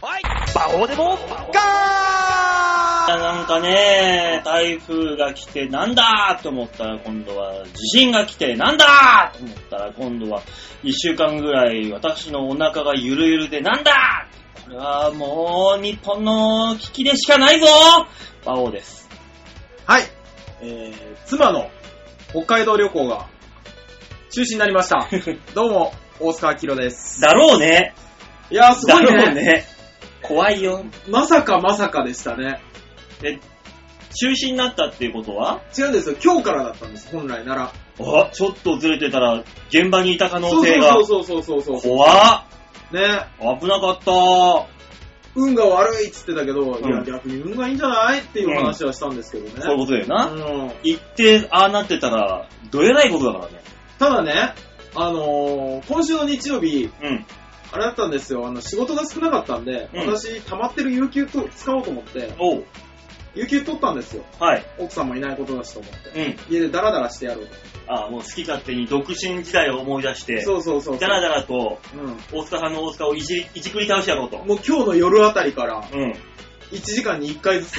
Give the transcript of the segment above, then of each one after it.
こうでもいやなんかね、台風が来てなんだーと思ったら今度は地震が来てなんだーと思ったら今度は一週間ぐらい私のお腹がゆるゆるでなんだーこれはもう日本の危機でしかないぞー馬王です。はい。えー、妻の北海道旅行が中止になりま した。どうも、大塚明宏です。だろうね。いやー、すごだいろね。うね。怖いよ。まさかまさかでしたね。え、中止になったっていうことは違うんですよ。今日からだったんです、本来なら。あ、ちょっとずれてたら現場にいた可能そう性が。そうそうそうそうそ怖っ。う。ね。危なかったー。運が悪いっつってたけど、んいや、逆に運がいいんじゃないっていう話はしたんですけどね。そういうことだよな。うん行って、ああなってたら、どえらいことだからね。ただね、あのー、今週の日曜日、うん。あれだったんですよ。あの、仕事が少なかったんで、うん私、溜まってる有給と使おうと思って、おう。有給取ったんですよ。はい。奥さんもいないことだしと思って。うん。家でダラダラしてやろうと。ああ、もう好き勝手に独身時代を思い出して、そうそうそうそう。だらだらと、うん。大塚さんの大塚をいじりいじくり倒してやろうと。もう今日の夜あたりから、うん。 1時間に1回ずつ、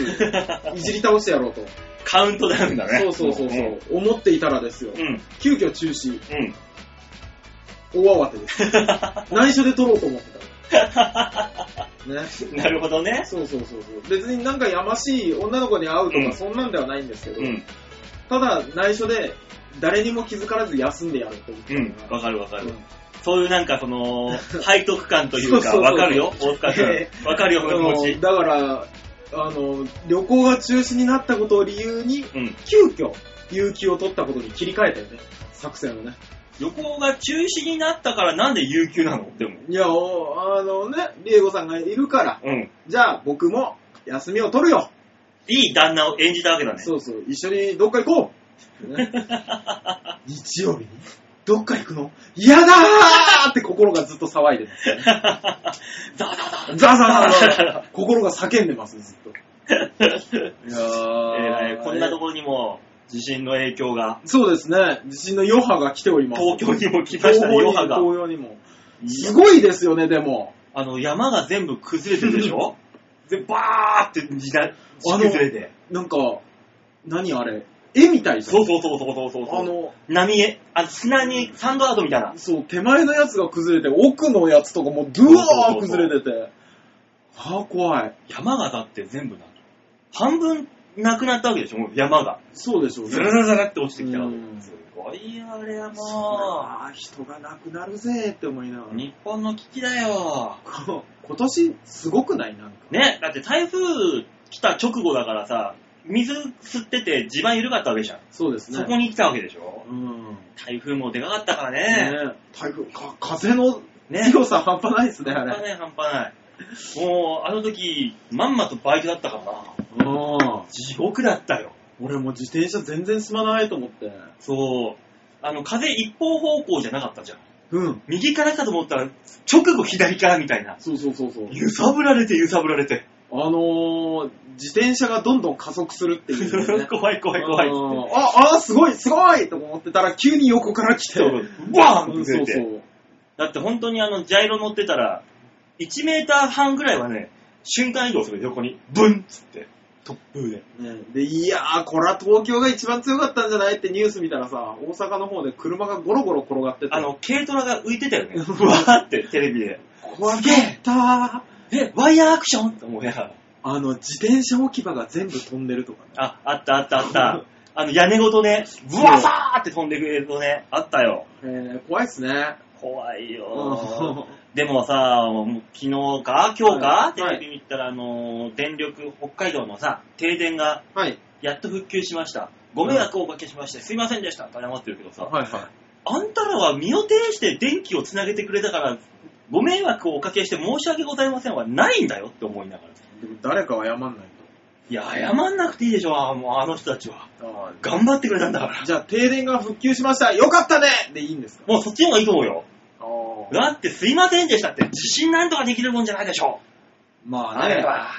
いじり倒してやろうと。カウントダウンだね。そうそうそうそう。思っていたらですよ。うん。うん。急遽中止、うん。大慌て です。内緒で取ろうと思ってた。ね。なるほどね。そうそうそうそう。別になんかやましい女の子に会うとか、うんそんなんではないんですけど、うん。ただ内緒で誰にも気づからず休んでやると思っうてたん。かわかるわからる。うんそういうなんかそ の、背徳感というそうそうか、そうわかるよ、大塚え 君。わかるよ、その気あの持ち。だから、あの、旅行が中止になったことを理由に、うん。急遽、有給を取ったことに切り替えたよね。作戦をね。旅行が中止になったからなんで有給なのって思う。いや、おあのね、リエゴさんがいるから、うん。じゃあ僕も休みを取るよ。いい旦那を演じたわけだね。そうそう、一緒にどっか行こう、 ね日曜日にどっか行くの嫌だーって心がずっと騒いでます。 ザワザワザザワザザザザ心が叫んでます、ずっと。いやー、えーこんなところにも地震の影響 が、そうですね。地震の余波が来ております。東京にも来ましたね、余波東が。洋にも。東洋にも。すごいですよね、でも。あの、山が全部崩れてるでしょ で、バーって地な地崩れて。なんか、何あれ、絵みたいじゃん。そうそうそうそうそうそうそう。あの、波へ、あ、砂にサンドアートみたいな。そう、手前のやつが崩れて、奥のやつとかもうドゥワー崩れてて。はあ、怖い。山がだって全部なく半分なくなったわけでしょもう山が。そうでしょうね。ずらずらずらって落ちてきたわけうんすごいよ、あれはもああ、人が亡くなるぜって思いながう。ら。日本の危機だよ。こ今年、すごくないなんか。ね、だって台風来た直後だからさ、水吸ってて地盤緩かったわけじゃん。そうですね。そこに来たわけでしょうん。台風もでかかったからね。ね台風、か風のね強さ半端ないですね、あ半端れ。ない半端ない。もう、あの時、まんまとバイクだったからな。うん。地獄だったよ。俺もう自転車全然進まないと思って。そう。あの、風一方方向じゃなかったじゃん。うん。右からかと思ったら、直後左からみたいな。そうそうそうそう。揺さぶられて揺さぶられて。あのー、自転車がどんどん加速するっていうね。 怖い怖い怖いっつうんって。あ、あ、すごい、すごいと思ってたら急に横から来て。そうバーンってうん出そうて。そう。だって本当にあの、ジャイロ乗ってたら、1メーター半ぐらいはね、瞬間移動するよ横に、ブンっつって、突風で。ね、で、いやー、これは東京が一番強かったんじゃないってニュース見たらさ、大阪の方で車がゴロゴロ転がってて。あ、の、軽トラが浮いてたよね。ふわーって、テレビで。怖かっすげえたー。え、ワイヤーアクションって思いながら。あの、自転車置き場が全部飛んでるとかね。あ、あったあったあった。あの、屋根ごとね、ブワサーって飛んでくれるとね、あったよ。えー、怖いっすね。怖いよ。うでもさ、もう昨日か今日か、はいテレビ見たら、あのー、電力、北海道のさ、停電がんはい。やっと復旧しました。ご迷惑をおかけしまして、すいませんでしたって謝ってるけどさ、はいはあんたらは身を挺して電気をつなげてくれたから、ご迷惑をおかけして申し訳ございませんはないんだよって思いながら。い。でも誰かは謝んないいや、謝んなくていいでしょ、あもうあの人たちは。と。あー頑張ってくれたんだから。じゃあ、停電が復旧しました。よかったねでいいんですかもうそっちの方がいいと思うよ。あーだってすいませんでしたって、自信なんとかできるもんじゃないでしょ。まああれね。は。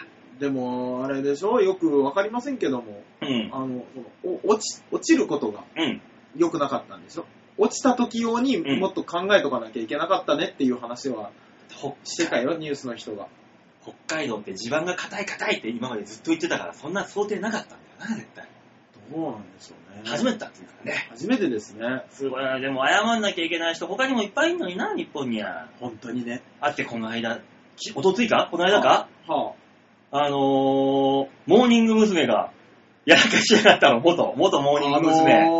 でも、あれでしょよくわかりませんけども、うん。あの、そのお落ち、落ちることがうん。良くなかったんでしょ落ちた時用にうんもっと考えとかなきゃいけなかったねっていう話はほしてたよ、ニュースの人が。北海道って地盤が硬い硬いって今までずっと言ってたから、そんな想定なかったんだよな、絶対。どうなんでしょうね。初めてだって言うからね。初めてですね。すごいな、でも謝んなきゃいけない人、他にもいっぱいいるのにな、日本には。本当にね。あって、この間、きおとついかこの間かはあのー、モーニング娘。が、やらかしやがったの、元、元モあ。ーニング娘。の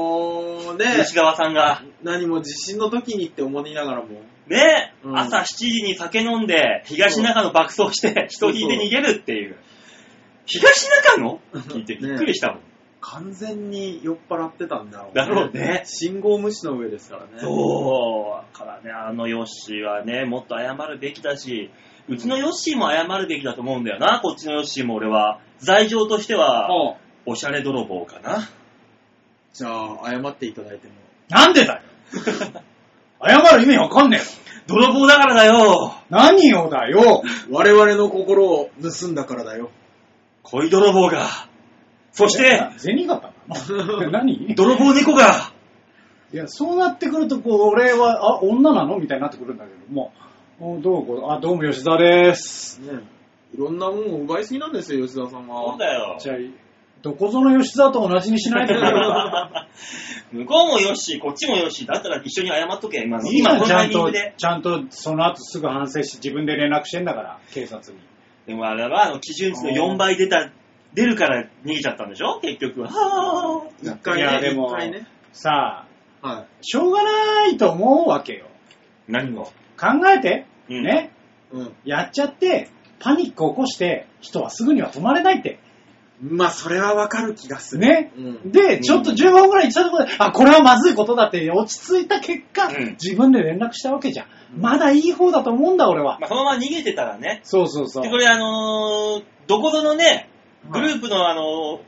ー、ね、吉川さんが、何も地震の時にって思いながらも。ね、うん朝7時に酒飲んで、東中野爆走して、人そう引いて逃げるっていう。東中野聞いてびっくりしたもん。完全に酔っ払ってたんだろうだろうね信号無視の上ですからね。そう。だからね、あのヨッシーはね、もっと謝るべきだし、うちのヨッシーも謝るべきだと思うんだよな、こっちのヨッシーも俺は。罪状としては、はあ。おしゃれ泥棒かな。じゃあ、謝っていただいても。なんでだよ謝る意味わかんねえよ泥棒だからだよ何をだよ我々の心を盗んだからだよ。恋泥棒が。そして、銭形なの何泥棒猫が。いや、そうなってくると、こう、俺は、あ、女なのみたいになってくるんだけども、おどうもこう、あ、どうも吉沢です。ねいろんなもんを奪いすぎなんですよ、吉田さんそうは。だよ。じゃあ、どこぞの吉沢と同じにしないでくれよ 向こうもよし、こっちもよし、だったら一緒に謝っとけ、今の。今、今このちタゃイんミングと、で。ちゃんとその後すぐ反省して自分で連絡してんだから、警察に。でもあれは、あの、基準値の4倍出た、出るから逃げちゃったんでしょ結局は。はぁ一回いやね、で一も回ね。さあ、はしょうがないと思うわけよ。何を考えて、うんね、い。うん。やっちゃって、パニック起こして、人はすぐには止まれないって。まあ、それはわかる気がする。ねうん。で、ちょっと15分ぐらい行ったところで、あ、これはまずいことだって落ち着いた結果、うん自分で連絡したわけじゃん。まだいい方だと思うんだ、俺は。まあ、そのまま逃げてたらね。そうそうそうで、。これあのー、どこぞのね、グルーープのあのー、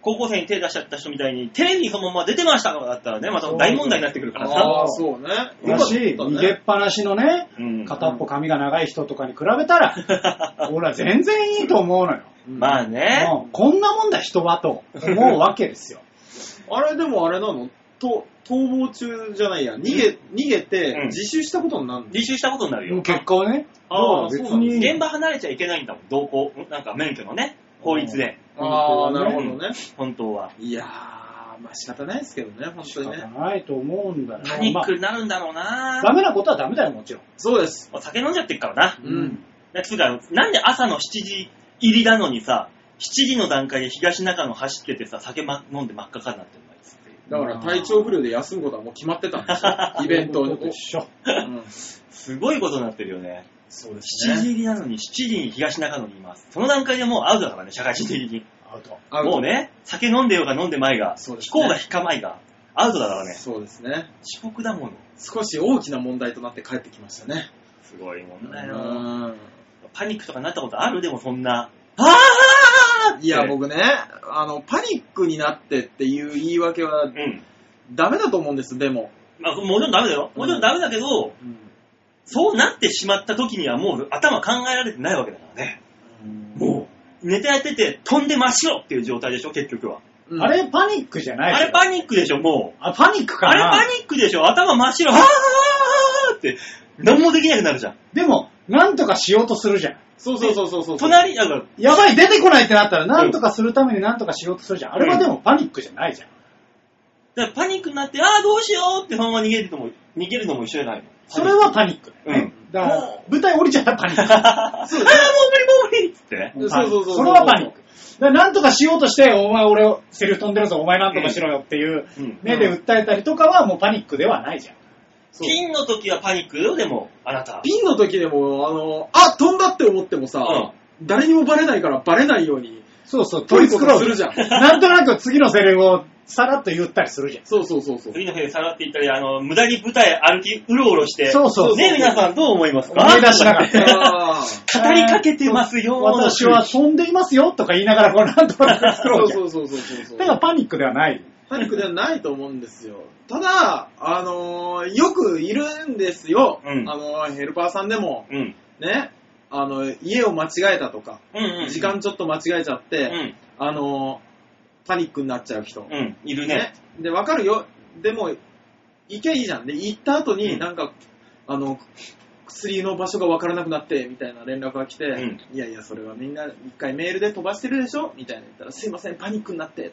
高校生に手出しちゃった人みたいに、テレビにそのまま出てましたとかだったらね、また大問題になってくるからさ。ああ、そうね。だし、逃げっぱなしのね、うん片っぽ髪が長い人とかに比べたら、俺は全然いいと思うのよ。まあね。うんこんなもんだ人はと思うわけですよ。あれでもあれなのと逃亡中じゃないや。逃げ、逃げてうん、自首したことになるの、履修したことになるよ。結果をね、ああま別そうなんに、現場離れちゃいけないんだもん、同行、んなんか免許のね、法律で、ああ、うんなるほどね。本当は。いやー、まあ仕方ないですけどね、本仕当に方ね。ないと思うんだよ。パニまッあクになるんだろうなダメなことはダメだよ、もちろん。そうです。お酒飲んじゃってるからな。うん。だつうか、なんで朝の7時入りなのにさ、7時の段階で東中野走っててさ、酒、ま、飲んで真っ赤かになってるのあいつっていうだから体調不良で休むことはもう決まってたんですよ。イベントそういうをことでしょ。うんすごいことになってるよね。そうで7時。入りなのに、7時に東中野にいます。その段階でもうアウトだからね、社会人的に。アウト。アウトもうね、酒飲んでようが飲んでまいが、そうです飛ね行が引かまいが、アウトだからね。そうですね。遅刻だもの。少し大きな問題となって帰ってきましたね。すごいもんうだよ。んパニックとかなったことあるでもそんな。あーいや、僕ね、あの、パニックになってっていう言い訳はうん。ダメだと思うんです、でも。まあ、もちろんダメだよ。もちろんダメだけど、そうなってしまった時にはもう頭考えられてないわけだからね。もう、ネタやってて飛んで真っ白っていう状態でしょ、結局は。うんあれパニックじゃないあれニッパニックでしょ、もう。クあ、パニックかあれなパニックでしょ、頭真っ白、あーあーあーって、何もできなくなるじゃん。でも、なんとかしようとするじゃん。そうそうそうそうそう。隣、だから、やばい、出てこないってなったら、なんとかするためになんとかしようとするじゃん。あれはでもパニックじゃないじゃん。だからパニックになって、ああ、どうしようってそのまま逃げるのも、逃げるのも一緒じゃないの。それはパニック。うん。だからも、舞台降りちゃったらパニック。ああ、もう無理もう無理っつってね。そうそうそうそうそれはパニック。だからなんとかしようとして、お前俺をセリフ飛んでるぞ、お前なんとかしろよっていううん目で訴えたりとかはもうパニックではないじゃん。そうピンの時はパニックよ、でも、あなた。ピンの時でも、あの、あ、飛んだって思ってもさ、誰にもバレないからバレないように、そうそう、取取りり繕う繕う。なんとなく次のセリフをさらっと言ったりするじゃん。そうそうそうそう。次の日でさらっていったり、あの、無駄に舞台歩き、うろうろして。そうそうね、皆さんどう思いますか思い出しながらあー 語りかけてますよ私は飛んでいますよとか言いながら、こうなんとか作ろそううじゃそんうそうそうそうそう。だからパニックではない。パニックではないと思うんですよ。ただ、あのーよくいるんですよ。うんあのーヘルパーさんでも、うん。ね、あの、家を間違えたとか、うんうん。時間ちょっと間違えちゃって、うん。あのーパニックになっちゃう人。うん。いるね。で、わかるよ。でも、行けばいいじゃん。で、行った後に、うんなんか、あの、薬の場所がわからなくなって、みたいな連絡が来て、うんいやいや、それはみんな一回メールで飛ばしてるでしょみたいな言ったら、すいません、パニックになって。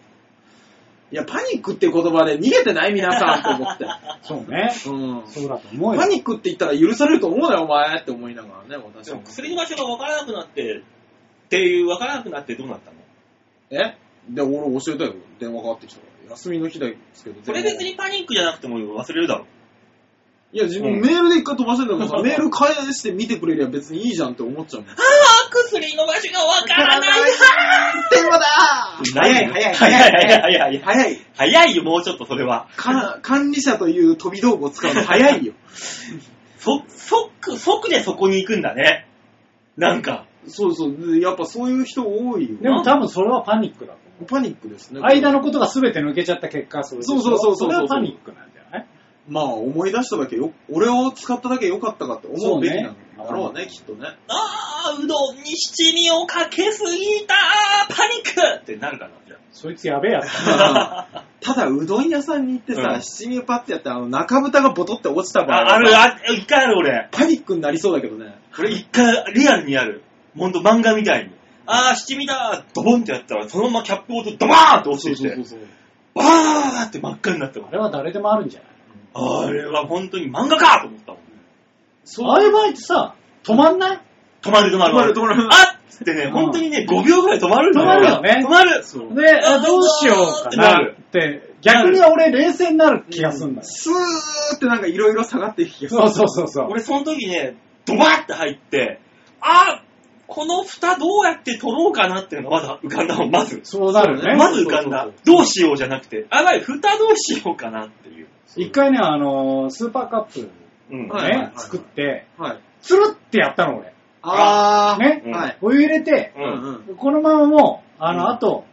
いや、パニックっていう言葉で逃げてない皆さんと思 って。そうね。うん。そうだと思うよパ。ニックって言ったら許されると思うなよ、お前って思いながらね、私でもも。薬の場所が分からなくなって、っていう、分からなくなってどうなったのえで、俺教えたよ。電話かかってきたから。休みの日だけど。これ別にパニックじゃなくても忘れるだろ。いや、自う分んメールで一回飛ばしてんだからうさ、 んメール返して見てくれりゃ別にいいじゃんって思っちゃうもん。ああ、薬の場所が分からない電話だー早い早い早い早い早い。早い早いよ、もうちょっとそれは。か 管理者という飛び道具を使うの早いよ。そ、即、即でそこに行くんだね。なんか。そうそう。でやっぱそういう人多いよ。でも多分それはパニックだと思パニックですね。う。間のことが全て抜けちゃった結果、それでしょそうそうそうそうそうれはパニックなんじゃないまあ思い出しただけよ、俺を使っただけ良かったかって思うべきなんだろうね、そうねきっとね。ああ、うどんに七味をかけすぎたパニックってなるかな、じゃあ。そいつやべえやつだ。ただ、うどん屋さんに行ってさ、うん七味パッてやって、あの、中蓋がボトって落ちた場合はさあ、ある、あ、一回ある俺。パニックになりそうだけどね。俺一回リアルにある。ほんと漫画みたいに。あー、七味だードボンってやったら、そのままキャップごとドバーンって落ちてきて、そう。バーって真っ赤になったもあん。れは誰でもあるんじゃないあれは本当に漫画かと思ったもん。ああいう場合ってさ、止まんない止まる止まる。止まる止まるあっつってね、うん本当にね、5秒ぐらい止まるんだ止まるよね止まる。そうで、ああどうしようかなって、逆に俺冷静になる気がすんだよ。スーってなんかいろいろ下がっていく気がする。そうそうそうそう。俺その時ね、ドバーって入って、あこの蓋どうやって取ろうかなっていうのがまだ浮かんだもん、まず。そうなるそうねまね。ず浮かんだそう。どうしようじゃなくて、あ、まい、蓋どうしようかなっていう。一回ね、あのー、スーパーカップうん。はいはいはいねは、い作って、はい。つるってやったの俺。あー。ねうんはい。お湯入れて、ううんん。うん。このままもう、あうんの、あと、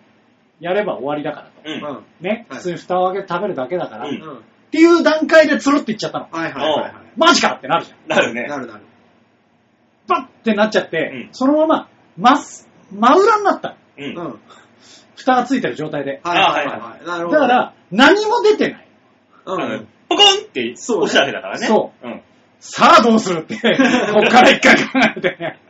やれば終わりだからと。うん。うん。ね、はい普通に蓋を開けて食べるだけだから、うんうん。っていう段階でつるっていっちゃったの。はいはいはいはマジかってなるじゃん。なるねい。。なるなる。バッってなっちゃって、うんそのまま、ま、真裏になったの。ううん。ん。はい蓋がついてる状態で。はいはい。なるほだど。から、何も出てない。うんあうのん。ポコンって押したわけだからね。。そううん。さあどう するって、こっから一回考えて、ね、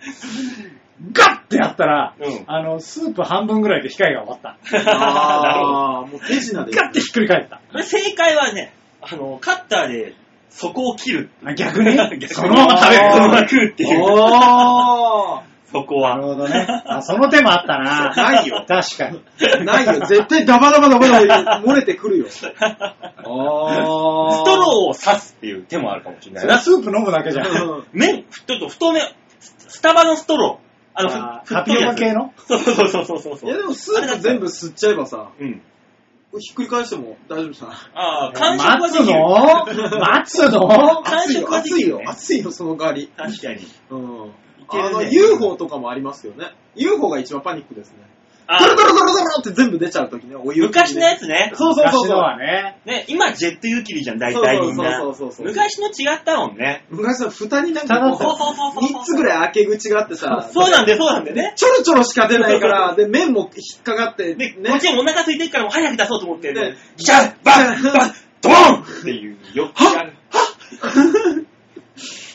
ガッてやったら、うんあの、スープ半分ぐらいで機械が終わった。 なるほど。あー、もう手品で。ガッてひっくり返った。これ正解はね、あの、カッターで、そこを切る。あ逆 に逆にそのまま食べる。そのまま食うっていう。おー。そこなるは。ほど ね。あ、その手もあったな。ないよ確かに。ないよ。絶対ダバダバダバダバ漏れてくるよ。あストローを刺すっていう手もあるかもしれなそいれはな。スープ飲むだけじゃん。うん麺、ふちょっと太め、ススタバのストロー。あの、あーふふっといやつタピオカ系のそうそうそうそうそうそいやでう。もスープ全部吸っちゃえばさ、うん。ひっくり返しても大丈夫じゃないああ、完食は待でつきる。の待つの完食はで熱きいるよね、熱いよ、その代わり。 確かに。うん。けるねあの、UFO とかもありますよね。UFO が一番パニックですね。あドロドロドロドロって全部出ちゃうときね、お湯。昔のやつね。そうそうそう昔そのう。はね。ね、今ジェット湯切りじゃん、大体みんなそうそうそうそうそう。昔の違ったもんね。昔の蓋になんか蓋そだうそうそうそう。 3つぐらい開け口があってさ、そうなんで、そうなんでね。ちょろちょろしか出ないから、で、麺も引っかかって、で、ね。こっちもお腹空いてるからもう早く出そうと思って、ねね、ギャッ、バッ、バッ、ドボンっていう、よくある。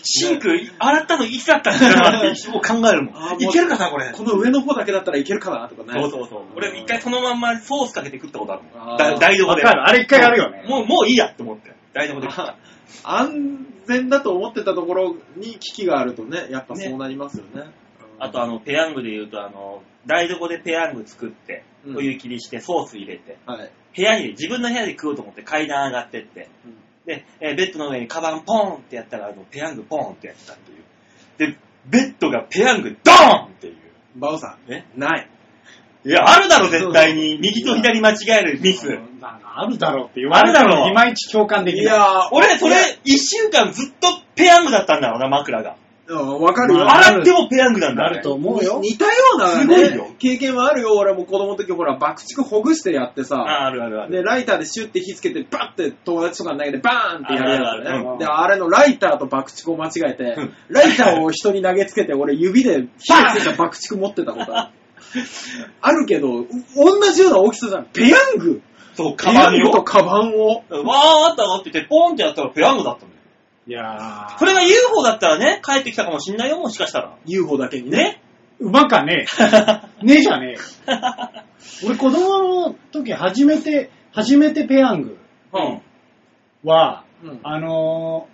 シンク、洗ったのいつだったんだろうなって一応考えるもあん。ーいけるかな、こ れ。この上の方だけだったらいけるかなとかね。そうそうそう。俺一回そのまんまソースかけて食ったことあるもあん。ーだ台所わで。かる。あれ一回やるよね。もう、もういいやって思って。台所で食ったあ。安全だと思ってたところに危機があるとね、やっぱそうなりますよね。あとあの、ペヤングで言うと、あの、台所でペヤング作って、うんお湯切りして、ソース入れて、はい。部屋に、自分の部屋で食おうと思って階段上がってって、で、えーベッドの上にカバンポーンってやったら、あの、ペヤングポーンってやったっていう。で、ベッドがペヤングドーンっていう。バオさん。ね。ない。いや、あるだろ、絶対に。右と左間違えるミス。なんかあるだろうって言われあたるだろのういまいち共感できいない。やー、俺、それ、一週間ずっとペヤングだったんだろうな、枕が。うん、わかるよ。まあ洗ってもペヤングなんだ。なると思うよ。似たような、ね、すごいよ経験はあるよ。俺も子供の時、ほら、爆竹ほぐしてやってあさ、あ、あるあるある。で、ライターでシュッて火つけて、バッて友達とかに投げて、バーンってやるあるあやるつあるね。で、あれのライターと爆竹を間違えてうん、ライターを人に投げつけて、俺指で火ついた爆竹持ってたことある。あるけど、う同じような大きさじゃん。ペヤングそう、カペバヤンングとよ。カバンを。わーあったわって言って、ポーンってやったらペヤングだったんだよ。いやこれが UFO だったらね、帰ってきたかもしんないよ、もしかしたら。 UFO だけにね。ねー、馬か ねえ。ねえじゃねえよ。俺子供の時初めて、初めてペヤングうん。は、うんあの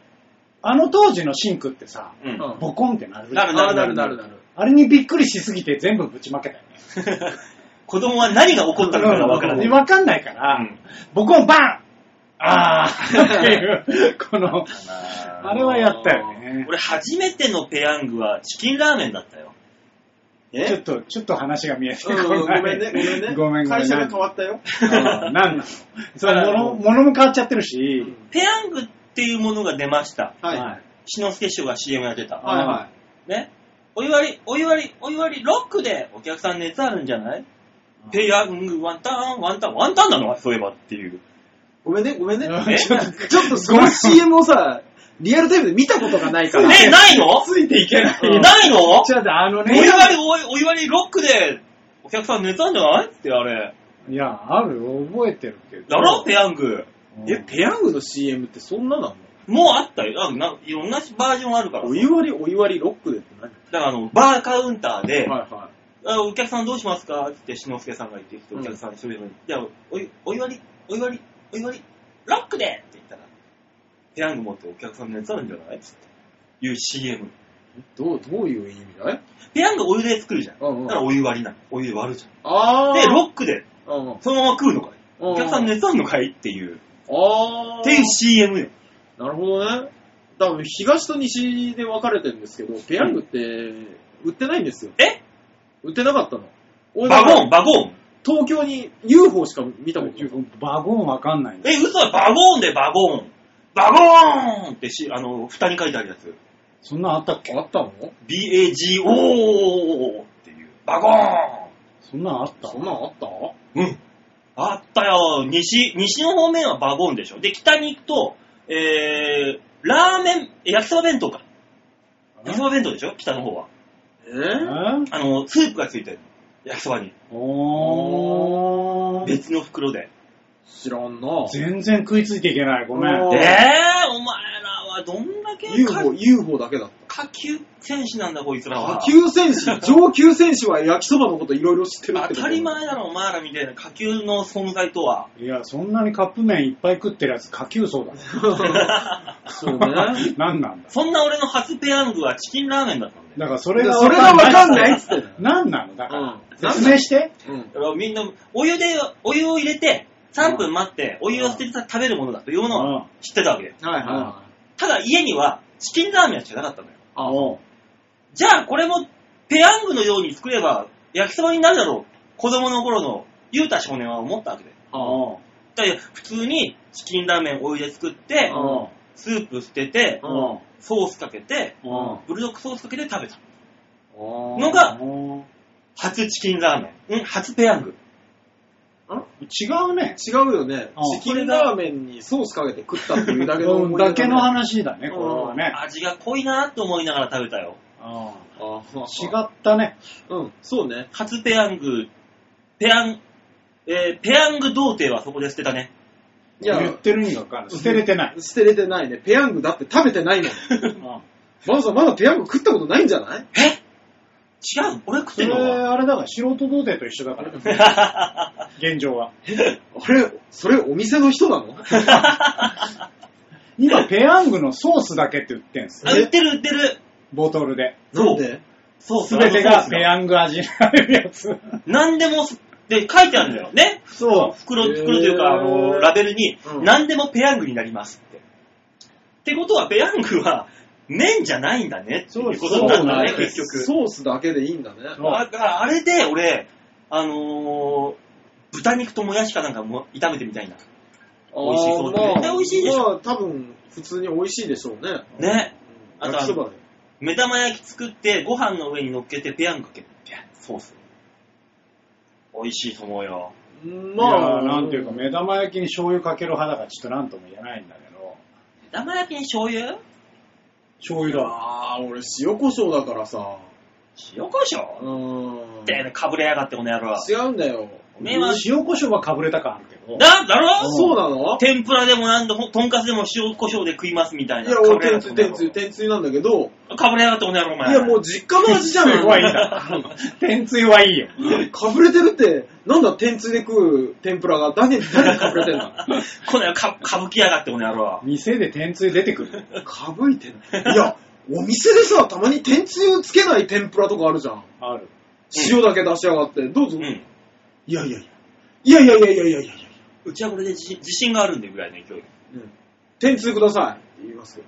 ー、あの当時のシンクってさ、ううんん。ボコンってなるじゃんなるなるななるるなる。あれにびっくりしすぎて全部ぶちまけたよね。 子供は何が起こったのかがわからない。わかんないから、うんボコンバンあーって いう、この、あれはやったよね。俺初めてのペヤングはチキンラーメンだったよ。ちょえっと、ちょっと話が見えてうんこごめんね、ごめんね。ごめんごめん。会社が変わったよ。あーなんなのそれ物、物も変わっちゃってるし、ペヤングっていうものが出ました。はい。ははいい志の輔師匠が CM やってた。はね。お湯割り、お湯割り、お湯割り、ロックでお客さん熱あるんじゃないペヤング、ワンタン、ワンタン、ワンタンなのそういえばっていう。い。ごめんね、ごめんね。うん ちょっとちょっとその CM をさ、リアルタイムで見たことがないから。え、ないのついていけない。うんないのちょっとあおの湯ね、割り、お湯お湯割り、ロックでお客さん熱あるんじゃないってあれ。いや、あるよ、覚えてるけど。だろペヤング。うんえ、ペヤングの CM ってそんななもうあったよ。あないろんなバージョンあるから。のだおか湯割り、お湯割りロックでってらあの、バーカウンターで、何はいはあお客さんどうしますかってって、篠介さんが言ってきて、お客さん一人でも、いや、おいお湯割り、お湯割り、お湯割り、ロックでって言ったら、ペヤング持ってお客さん熱あるんじゃないつって。いう CM。い。どう、どういう意味だいペヤングお湯で作るじゃん。だうんうんからお湯割りなの。お湯で割るじゃあん。で、ロックッ、で、うんうんそのまま食うのかい。お客さんね。熱あるのかいっていう。あーっていう CM よ。なるほどね。多分東と西で分かれてるんですけど、ペヤングって売ってないんですよ。え売ってなかったの。俺バゴン、ンバゴン。東京に UFO しか見たことない。バゴンわかんないんだえ、嘘だバゴーンでバゴーン。バゴーンってし、あの、蓋に書いてあるやつ。そんなんあったっけあったの BAGO っていう。バゴそんなんあったそんなのあったーン。うん。あったよ。西、西の方面はバゴーンでしょ。で、北に行くと、えー、ラーメン、え焼きそば弁当か。焼きそば弁当でしょ北の方は。ええあの、スープがついてる。焼きそばに。おー。別の袋で。知らんな全然食いついていけない、ごめん。うんえー、お前らはどんだけ UFO、UFO だけだった。下級戦士なんだ、こいつらは。下級戦士、上級戦士は焼きそばのこといろいろ知ってるって当ことたり前だろ、お前らみたいな下級の存在とは。いや、そんなにカップ麺いっぱい食ってるやつ、下級層だね。そうね。何なんだそんな俺の初ペヤングはチキンラーメンだったんだだよ。からそ それれがが分かんないっつってんの何なのだから、うん説明して。うんだからみんな、お湯で、お湯を入れて、3分待って、お湯を捨てて食べるものだというものうんは知ってたわけよ。はいはいはただ家にはチキンラーメンしかなかったのよ。い。あおうじゃあこれもペヤングのように作れば焼きそばになるだろう。子供の頃のゆうた少年は思ったわけで。あおうだから普通にチキンラーメンお湯で作って、おうスープ捨てて、おうソースかけて、おうブルドックソースかけて食べた。ののが、おう初チキンラーメン。うん、初ペヤング。違うね。違うよねうん。チキンラーメンにソースかけて食ったっていうだけのう思んい出だけのね話だね、これはね。味が濃いなって思いながら食べたよ。うんああ違ったね。うん、そうね。初ペヤング、ペヤン、えーペヤング童貞はそこで捨てたね。いや、言ってる意味がわかんない。捨てれてない。捨てれてないね。ペヤングだって食べてないもん。うんバオさんまだペヤング食ったことないんじゃないえ違う俺食っそてれ、るのあれだから、素人童貞と一緒だから、 現状は。あれ、それお店の人なの今、ペヤングのソースだけって売ってんすよあ売ってる売ってる。ボトルで。なんでそう、すべてがペンヤング味になるや つ。グ。なんでもす、で、書いてあるんだよ。ねそう。袋、へー袋というか、あの、ラベルに、うん何でもペヤングになりますって。ってことは、ペヤングは、麺じゃないんだねっていうことなんだね、そうそう結局。 ソースだけでいいんだね。そうあだからあれで俺、あのー、豚肉ともやしかなんかも炒めてみたいな。美味しそうだあーねまあ絶対美味しいでしょまあ、多分、普通に美味しいでしょうね。ね。あと焼きそばで。目玉焼き作って、ご飯の上に乗っけて、ペヤングかけて、ピャッソース。美味しいと思うよ。ままあ、あ、なんていうか、目玉焼きに醤油かける派だから、ちょっとなんとも言えないんだけど、目玉焼きに醤油醤油だわ。ああ、俺塩胡椒だからさ。塩コショウうーん。って、かぶれやがってこの野郎。違うんだよ。目は塩胡椒はかぶれた感あるけど。だ、だろそうなの天ぷらでもなんでも、とんかつでも塩胡椒で食いますみたいいな。や、俺、天つゆ、天つゆ、つ天つゆなんだけど、かぶれやがってこの野郎、お前。いや、もう実家の味じゃん、すごいいいな。 天つゆはいいよ。かぶれてるって、なんだ天つゆで食う天ぷらが、誰に、誰にかぶれてんだ この野郎、か歌舞伎やがってこの野郎。店で天つゆ出てくる。かぶいてない。いや、お店でさ、たまに天つゆつけない天ぷらとかあるじゃん。ある。塩だけ出しやがって、どうぞ。ういん。やいやいや。いやいやいやいやいやいやいや。うちはこれで自信自信があるんでぐらいの勢い。うん天つゆください。って言いますよ。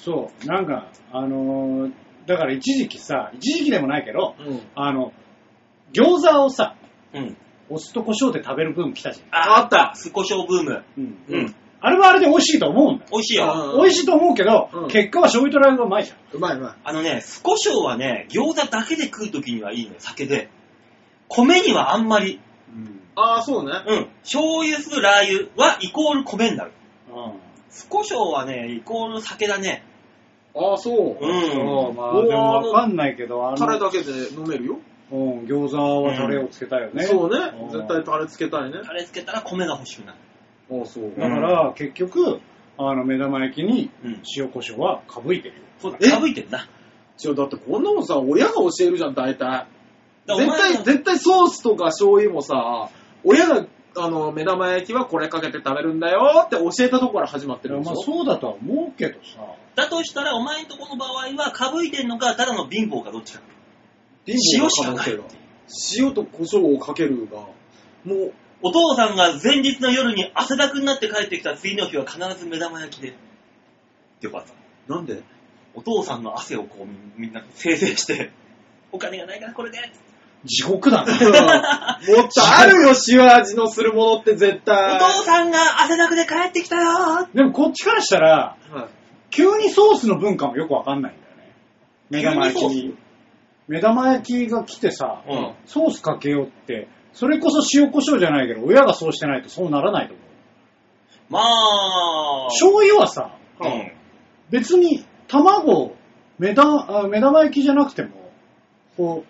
そう。なんか、あのーだから一時期さ、一時期でもないけど、うんあの、餃子をさ、うん。お酢と胡椒で食べる分来たじゃん。ああった酢胡椒ブーム。うん。うん。あれはあれで美味しいと思うんだよ。美味しいよ。うん美味しいと思うけど、うん結果は醤油とラー油がうまいじゃん。うまいうまい。あのね、酢胡椒はね、餃子だけで食うときにはいいのよ、酒で。米にはあんまり。ああ、そうね。うん。醤油、酢、ラー油はイコール米になる。うん。酢胡椒はね、イコール酒だね。ああ、そう。うん。そう、まあ、でもわかんないけど、あタレの、だけで飲めるよ。うん、餃子はタレをつけたよね。そううねん。絶対タレつけたいね。タレつけたら米が欲しくなる。ああ、そう。だから、結局、あの、目玉焼きにうん。塩胡椒はかぶいてるよ。そうだ、えかぶいてんな。違う、だってこんなもんさ、親が教えるじゃん、大体。だからお絶前対、は絶対ソースとか醤油もさ、親が、あの、目玉焼きはこれかけて食べるんだよって教えたとこから始まってるんでしまょあ、そうだとは思うけどさ、だとしたら、お前んとこの場合は、かぶいてんのか、ただの貧乏かどっちか。貧乏塩し可か能ない性が塩と胡椒をかけるが、もう、お父さんが前日の夜に汗だくになって帰ってきた次の日は必ず目玉焼きで。よかった。なんでお父さんの汗をこうみみんな生成して、 お金がないからこれで。地獄だね。もっとあるよ、塩味のするものって絶お対。父さんが汗だくで帰ってきたよでもこっちからしたら、はい急にソースの文化もよくわかんないんだよね。目玉焼き急にソに。目玉焼きが来てさ、うん。あソースかけようって、それこそ塩胡椒じゃないけど、親がそうしてないとそうならないと思う。まあ、醤油はさ、うん。別に卵、目玉あ目玉焼きじゃなくても、こ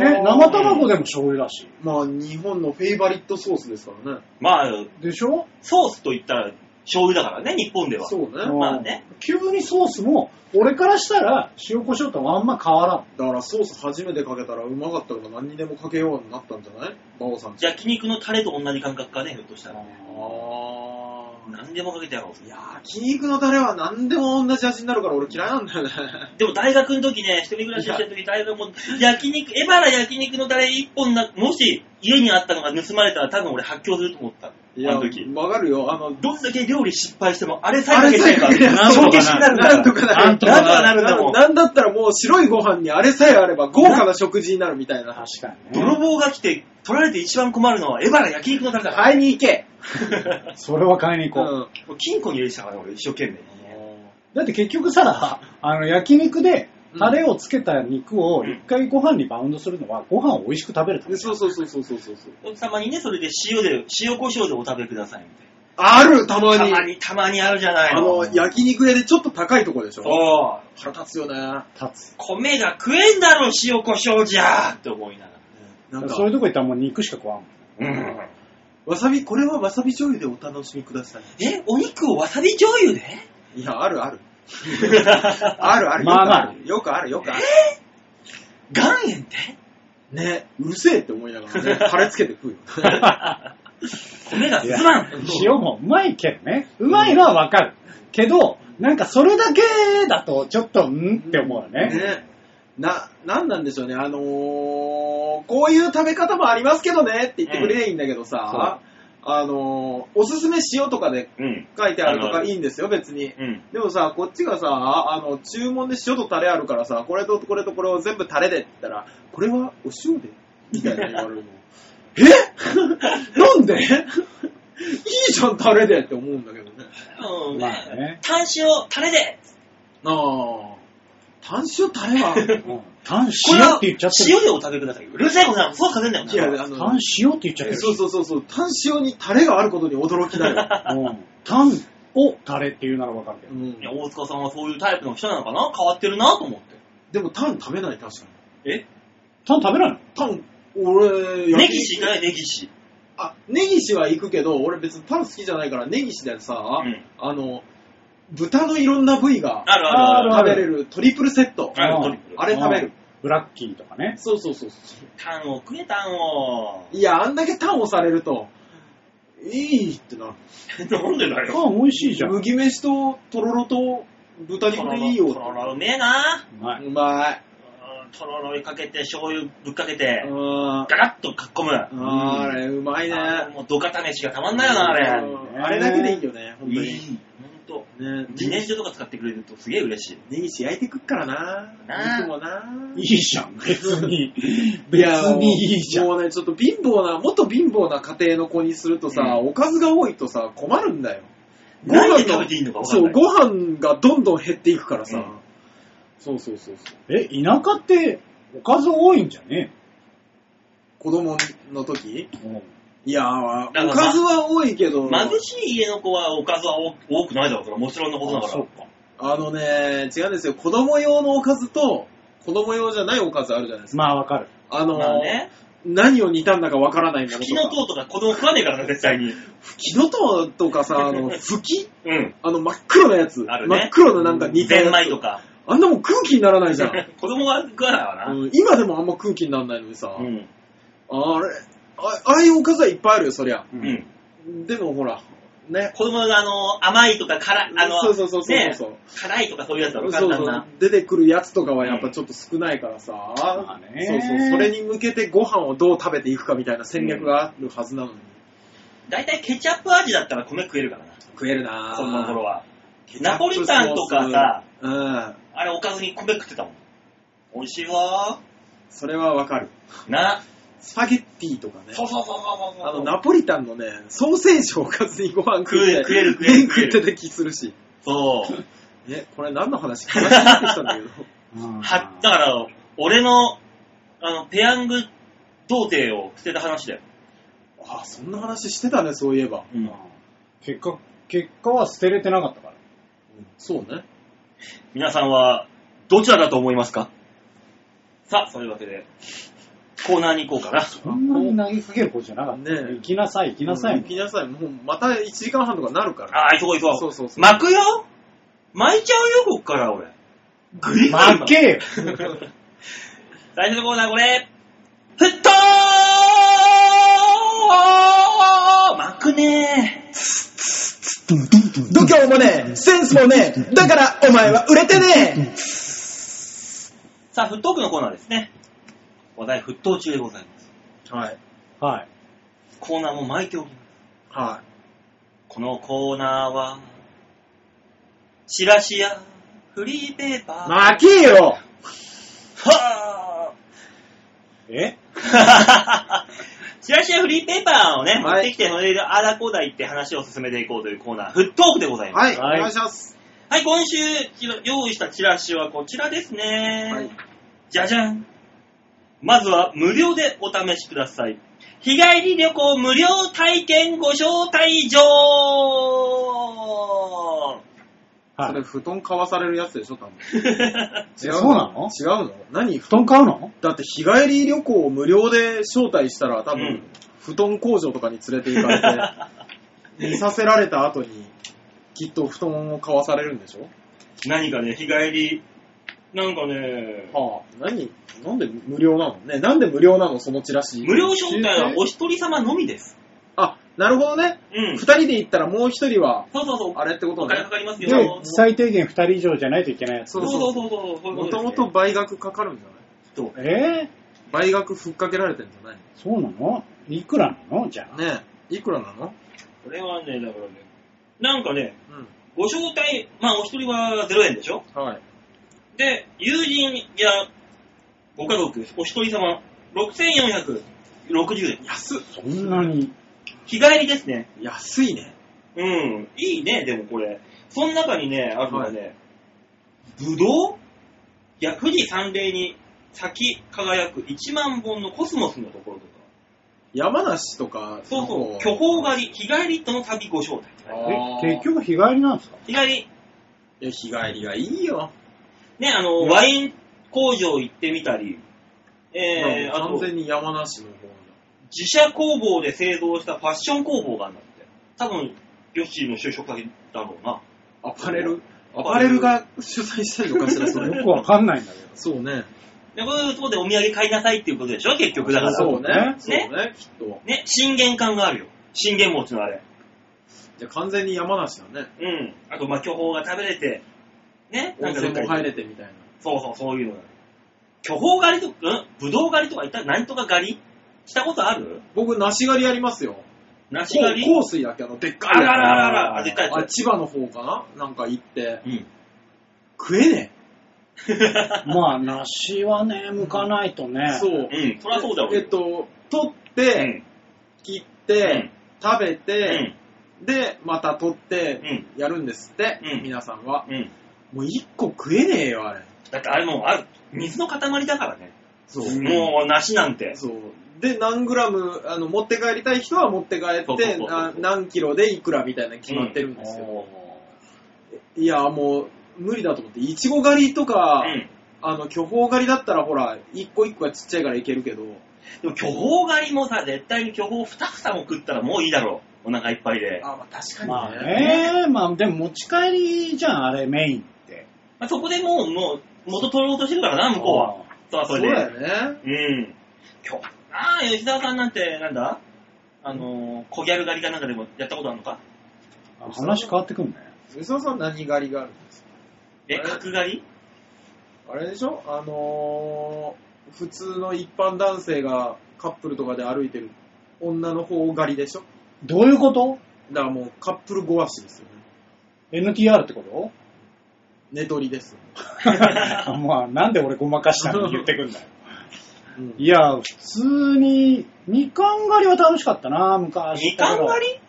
う、ね、生卵でも醤油だし。まあ、日本のフェイバリットソースですからね。まあ、でしょソースと言ったら醤油だからね、日本では。そうね。まあねうん急にソースも、俺からしたら塩胡椒とはあんま変わらん。だからソース初めてかけたらうまかったから何にでもかけようになったんじゃない馬王さんち。焼肉のタレと同じ感覚かね、ひょっとしたら。あー何でもかけてやろう。いやー、筋肉のタレは何でも同じ味になるから俺嫌いなんだよね。でも大学の時ね、一人暮らししてる時、大学も焼肉、エバラ焼肉のタレ一本な、もし家にあったのが盗まれたら多分俺発狂すると思った。あ いやの時。わかるよ。あの、どんだけ料理失敗しても、あれさあえかれけさてえれば、かければなんとかなるんだなんとかなる。なんとかるななんとかなるんだもんなんだったらもう白いご飯にあれさえあれば豪華な食事になるみたいな。確かにね。泥棒が来て、取られて一番困るのは、エバラ焼肉のタレだ。買いに行け。それは買いに行こう。うん もう金庫に入れてたから、俺一生懸命。だって結局さ、あの焼肉でタレをつけた肉を一回ご飯にバウンドするのは、ご飯を美味しく食べるためで。そうそうそうそうそうそうそう。おじさまにね、それで塩で、塩胡椒でお食べくださいみあるたまたいな。たに。まに、たまにあるじゃないあのの。、焼肉屋でちょっと高いとこでしょ。そう。腹立つよね。立つ。米が食えんだろ、塩胡椒じゃって思いながなら。だんかからそういうとこ行ったらもう肉しか食わん。うんわさび、これはわさび醤油でお楽しみくださえ、お肉をわさび醤油でい。いや、あるある。あるある。まあまあよくある。よくある。よくある。岩塩でね、うるせえって思いながらね、タレつけて食うよ。米が進まん塩もうまいけどね。うまいのはわかる。けど、なんかそれだけだとちょっと、んって思うよね。ね。な、なんなんでしょうね。あのー、こういう食べ方もありますけどねって言ってくれりゃいいんだけどさ、あのー、おすすめ塩とかでうん。書いてあるとあかのいいんですよ、別に。うん。でもさ、こっちがさ、あの、注文で塩とタレあるからさ、これとこれとこれを全部タレでって言ったら、これはお塩でみたいな言わ れるの。えなんでいいじゃん、タレでって思うんだけどね。うんまあね単塩、タレでああ。単塩タレは、 いうん。単これ塩はって言っちゃってる。塩でお食べください。うるせえことなの、そうかけんだよな。や、あの、単塩って言っちゃってる。そうそうそうそう、単塩にタレがあることに驚きだ よ。うん。単をタレって言うならわかるけうど。んいや、大塚さんはそういうタイプの人なのかな変わってるなと思って。でも、タン食べない、確かに。え単食べないのタン俺、ネ焼ギきシ行かない、ネギシ。あ、ネギシは行くけど、俺別にパン好きじゃないから、ネギシでさ、うんあの、豚のいろんな部位があるあるある。あ食べれるトリプルセット。ああるるトリプル。あれ食べる。ブラッキーとかね。そうそうそうそう。タンを食え、タ ンを。いや、あんだけタンをされると、いいってなる。なんでだよ。ああ、美味しいじゃん。う麦飯ととろろと豚肉でいいとよ。ろろうめえな。まい。うまい。うんとろろかけて、醤油ぶっかけてう、んガラッとかっこむ。あーあれ、うまいね。あーもうドカタ飯がたまんないよな、あうれ。んあれだけでいいよね、本当いい。に。ほんと。ね自燃酒とか使ってくれるとすげえ嬉しい。ネギシ焼いてくっからな。なあ肉もな。いいじゃん、別に。別にいいじゃん。もうね、ちょっと貧乏な、元貧乏な家庭の子にするとさ、おかずが多いとさ、困るんだよ。ご何飯で食べのていいのか分かそんなう、い。ご飯がどんどん減っていくからさ。うんそうそうそうそう。え、田舎っておかず多いんじゃね子供の時えのいやー、おからかずは多いけど、貧しい家の子はおかずは多多くないだろうから、もちろんのことだあかそらう。か。あのね、違うんですよ。子供用のおかずと、子供用じゃないおかずあるじゃないですか。まあわかる。あのー、まあね、何を煮たんだかわからないもの吹ときのか。とうとか子供食わねえからな、絶対に。ふきのとうとかさ、あ の、ふきうん。あの、真っ黒なやつ。あるね真っ黒ななんか煮たゼンマやイつ。とか。あんなもん空気にならないじ ゃん。子供は食わないわな。うん今でもあんま空気にならないのにさ、うん。あれあ、ああいうおかずはいっぱいあるよ、そりゃ。うう。ん。でもほら、ね。子供があの、甘いとか辛い、あの、そうそうそうそうねそう、辛いとかそういうやつだろ、そ簡う単そなう。出てくるやつとかはやっぱちょっと少ないからさ、まあねそうそう、それに向けてご飯をどう食べていくかみたいな戦略があるはずなのに。大体ケチャップ味だったら米食えるからな、食えるなぁそんな頃は。ナポリタンとかさ、うん。あれおかずに米食ってたもん。美味しいわそれはわかる。ー。な。スパゲッティとかね。そうそうそうそうそう。あの、ナポリタンのね、ソーセージをおかずにご飯食って、食える食える麺食食えっるてた気するし。そう。え、これ何の話話になってきたんだけど。 うんは、だから、俺の、あの、ペヤング童貞を捨てた話だよ。あそんな話してたね、そういえば。うん結果、結果は捨てれてなかったから。そうね。皆さんは、どちらだと思いますかさあ、そういうわけで、コーナーに行こうかな。そんなに投げかけることじゃなかった。ねえ行きなさい、行きなさい。行きなさい。もう、また1時間半とかなるから。ああ、行こう行こう。そうそうそう巻くよ巻いちゃうよ、こっから俺。グリッと負けよ最初のコーナーこれ、沸騰巻くね度胸もねえ、センスもねえ、だからお前は売れてねさあ、沸騰句のコーナーですね。話題沸騰中でございます。えはい。はい。コーナーも巻いております。はこのコーナーは、チラシやフリーペーパー。い。負けよはぁえ チラシやフリーペーパーをね、持っはいてきて、それであだこうだ言って話を進めていこうというコーナー、フットオークでございまはい、す。おはい願いします。はい、今週チラ用意したチラシはこちらですね。はい。じゃじゃん。まずは無料でお試しください。日帰り旅行無料体験ご招待 状はそれ、い。布団買わされるやつでしょ、多分。違そうなの違うの何布団買うのだって日帰り旅行を無料で招待したら多分、うん布団工場とかに連れて行かれ て、見させられた後に、きっと布団を買わされるんでしょ何かね、日帰り、なんかね、はあ、何なんで無料なのね、なんで無料なのそのチラシ。無料招待はお一人様のみです。あ、なるほどね。うん。二そう人で行ったらもう一人は、そうそう。あれってことお金ねか。かりますでよ。そう、そう最低限2人以上じゃないといけないやつそ。うそうそうそう。そういうもこともですねと倍額かかるんじゃないえー、倍額ふっかけられてんじゃないそうなのいくらなのじゃあ。ねえ、いくらなのこれはね、だからね、なんかね、うご招待、まあお一人は0円でしょん。はい。で、友人やご家族、お一人様、6460円。安っ。そんなに。日帰りですね。安いね。うん。いいね、でもこれ。その中にね、あるのがね、ぶどういや、富士山霊に咲き輝く1万本のコスモスのところとか。山梨とか、そうそう、巨峰狩り、日帰りとの旅ご招待。あーえ、結局日帰りなんですか日帰り、いや、日帰りはいいよ。ね、あの、うんワイン工場行ってみたり、えー、あ完と、全に山梨の方に。自社工房で製造したファッション工房があるんだって。多分、ヨッシーの就職先だろうな。アパレルアアパパレレルルが主催したりとかしたらそよれ。 くわかんないんだけど。そうね。で、こういうとこでお土産買いなさいっていうことでしょ結局だから。そうね。そうねね、きっと。ね、信玄感があるよ。信玄餅のあれ。じゃあ完全に山梨だね。うん。あと、まあ、巨峰が食べれて、ね、温泉も入れれてみたいな。そうそう、そういうの。巨峰狩りとか、うんぶどう狩りとか、いった何とか狩りしたことある僕、梨狩りやりますよ。梨狩り香水だっけあの、でっかいやつ。あららららあでっかいやつあ千葉の方かななんか行って。うん。食えね まあ、梨はね、剥かないとえ。ね。。そうう。うん、そりゃそうだわ。えっと、取っうて、ん。切っうてん、。食べうて、ん。で、また取って、やるんですってうん、皆さんは。うん。もう一個食えねえよ、あれ。だってあれもう、ある、水の塊だからね。そう。もう、梨なんて。そう。で、何グラム、あの、持って帰りたい人は持って帰そうっそうそうて、そうな何キロでいくらみたいなの決まってるんですよ。いや、もう、無理だと思って。いちご狩りとうか、ん。あの、巨峰狩りだったら、ほら、一個一個がちっちゃいからいけるけど、でも巨峰狩りもさ、絶対に巨峰2房も食ったらもういいだろう。お腹いっぱいで。あ、まあ確かにね。まあね、まあ、でも持ち帰りじゃん、あれ、メインって。まあ、そこでもう、もう、元取ろうとしてるからな、向こうは。そうはそそうれで。だよね。うん。今日、ああ、吉沢さんなんて、なんだあのー、小ギャル狩りかなんかでもやったことあるのかあ話変わってくんね。吉田さん何狩りがあるんですかえ、え角狩りあれでしょあのー、普通の一般男性がカップルとかで歩いてる女の方狩りでしょどういうことだからもうカップルごわしですよね。 ?NTR ってこと 寝取りですよね。まあ、なんで俺ごまかしたのに言ってくんだよ。うんいや、普通に、みかん狩りは楽しかったな、昔。みかん狩りり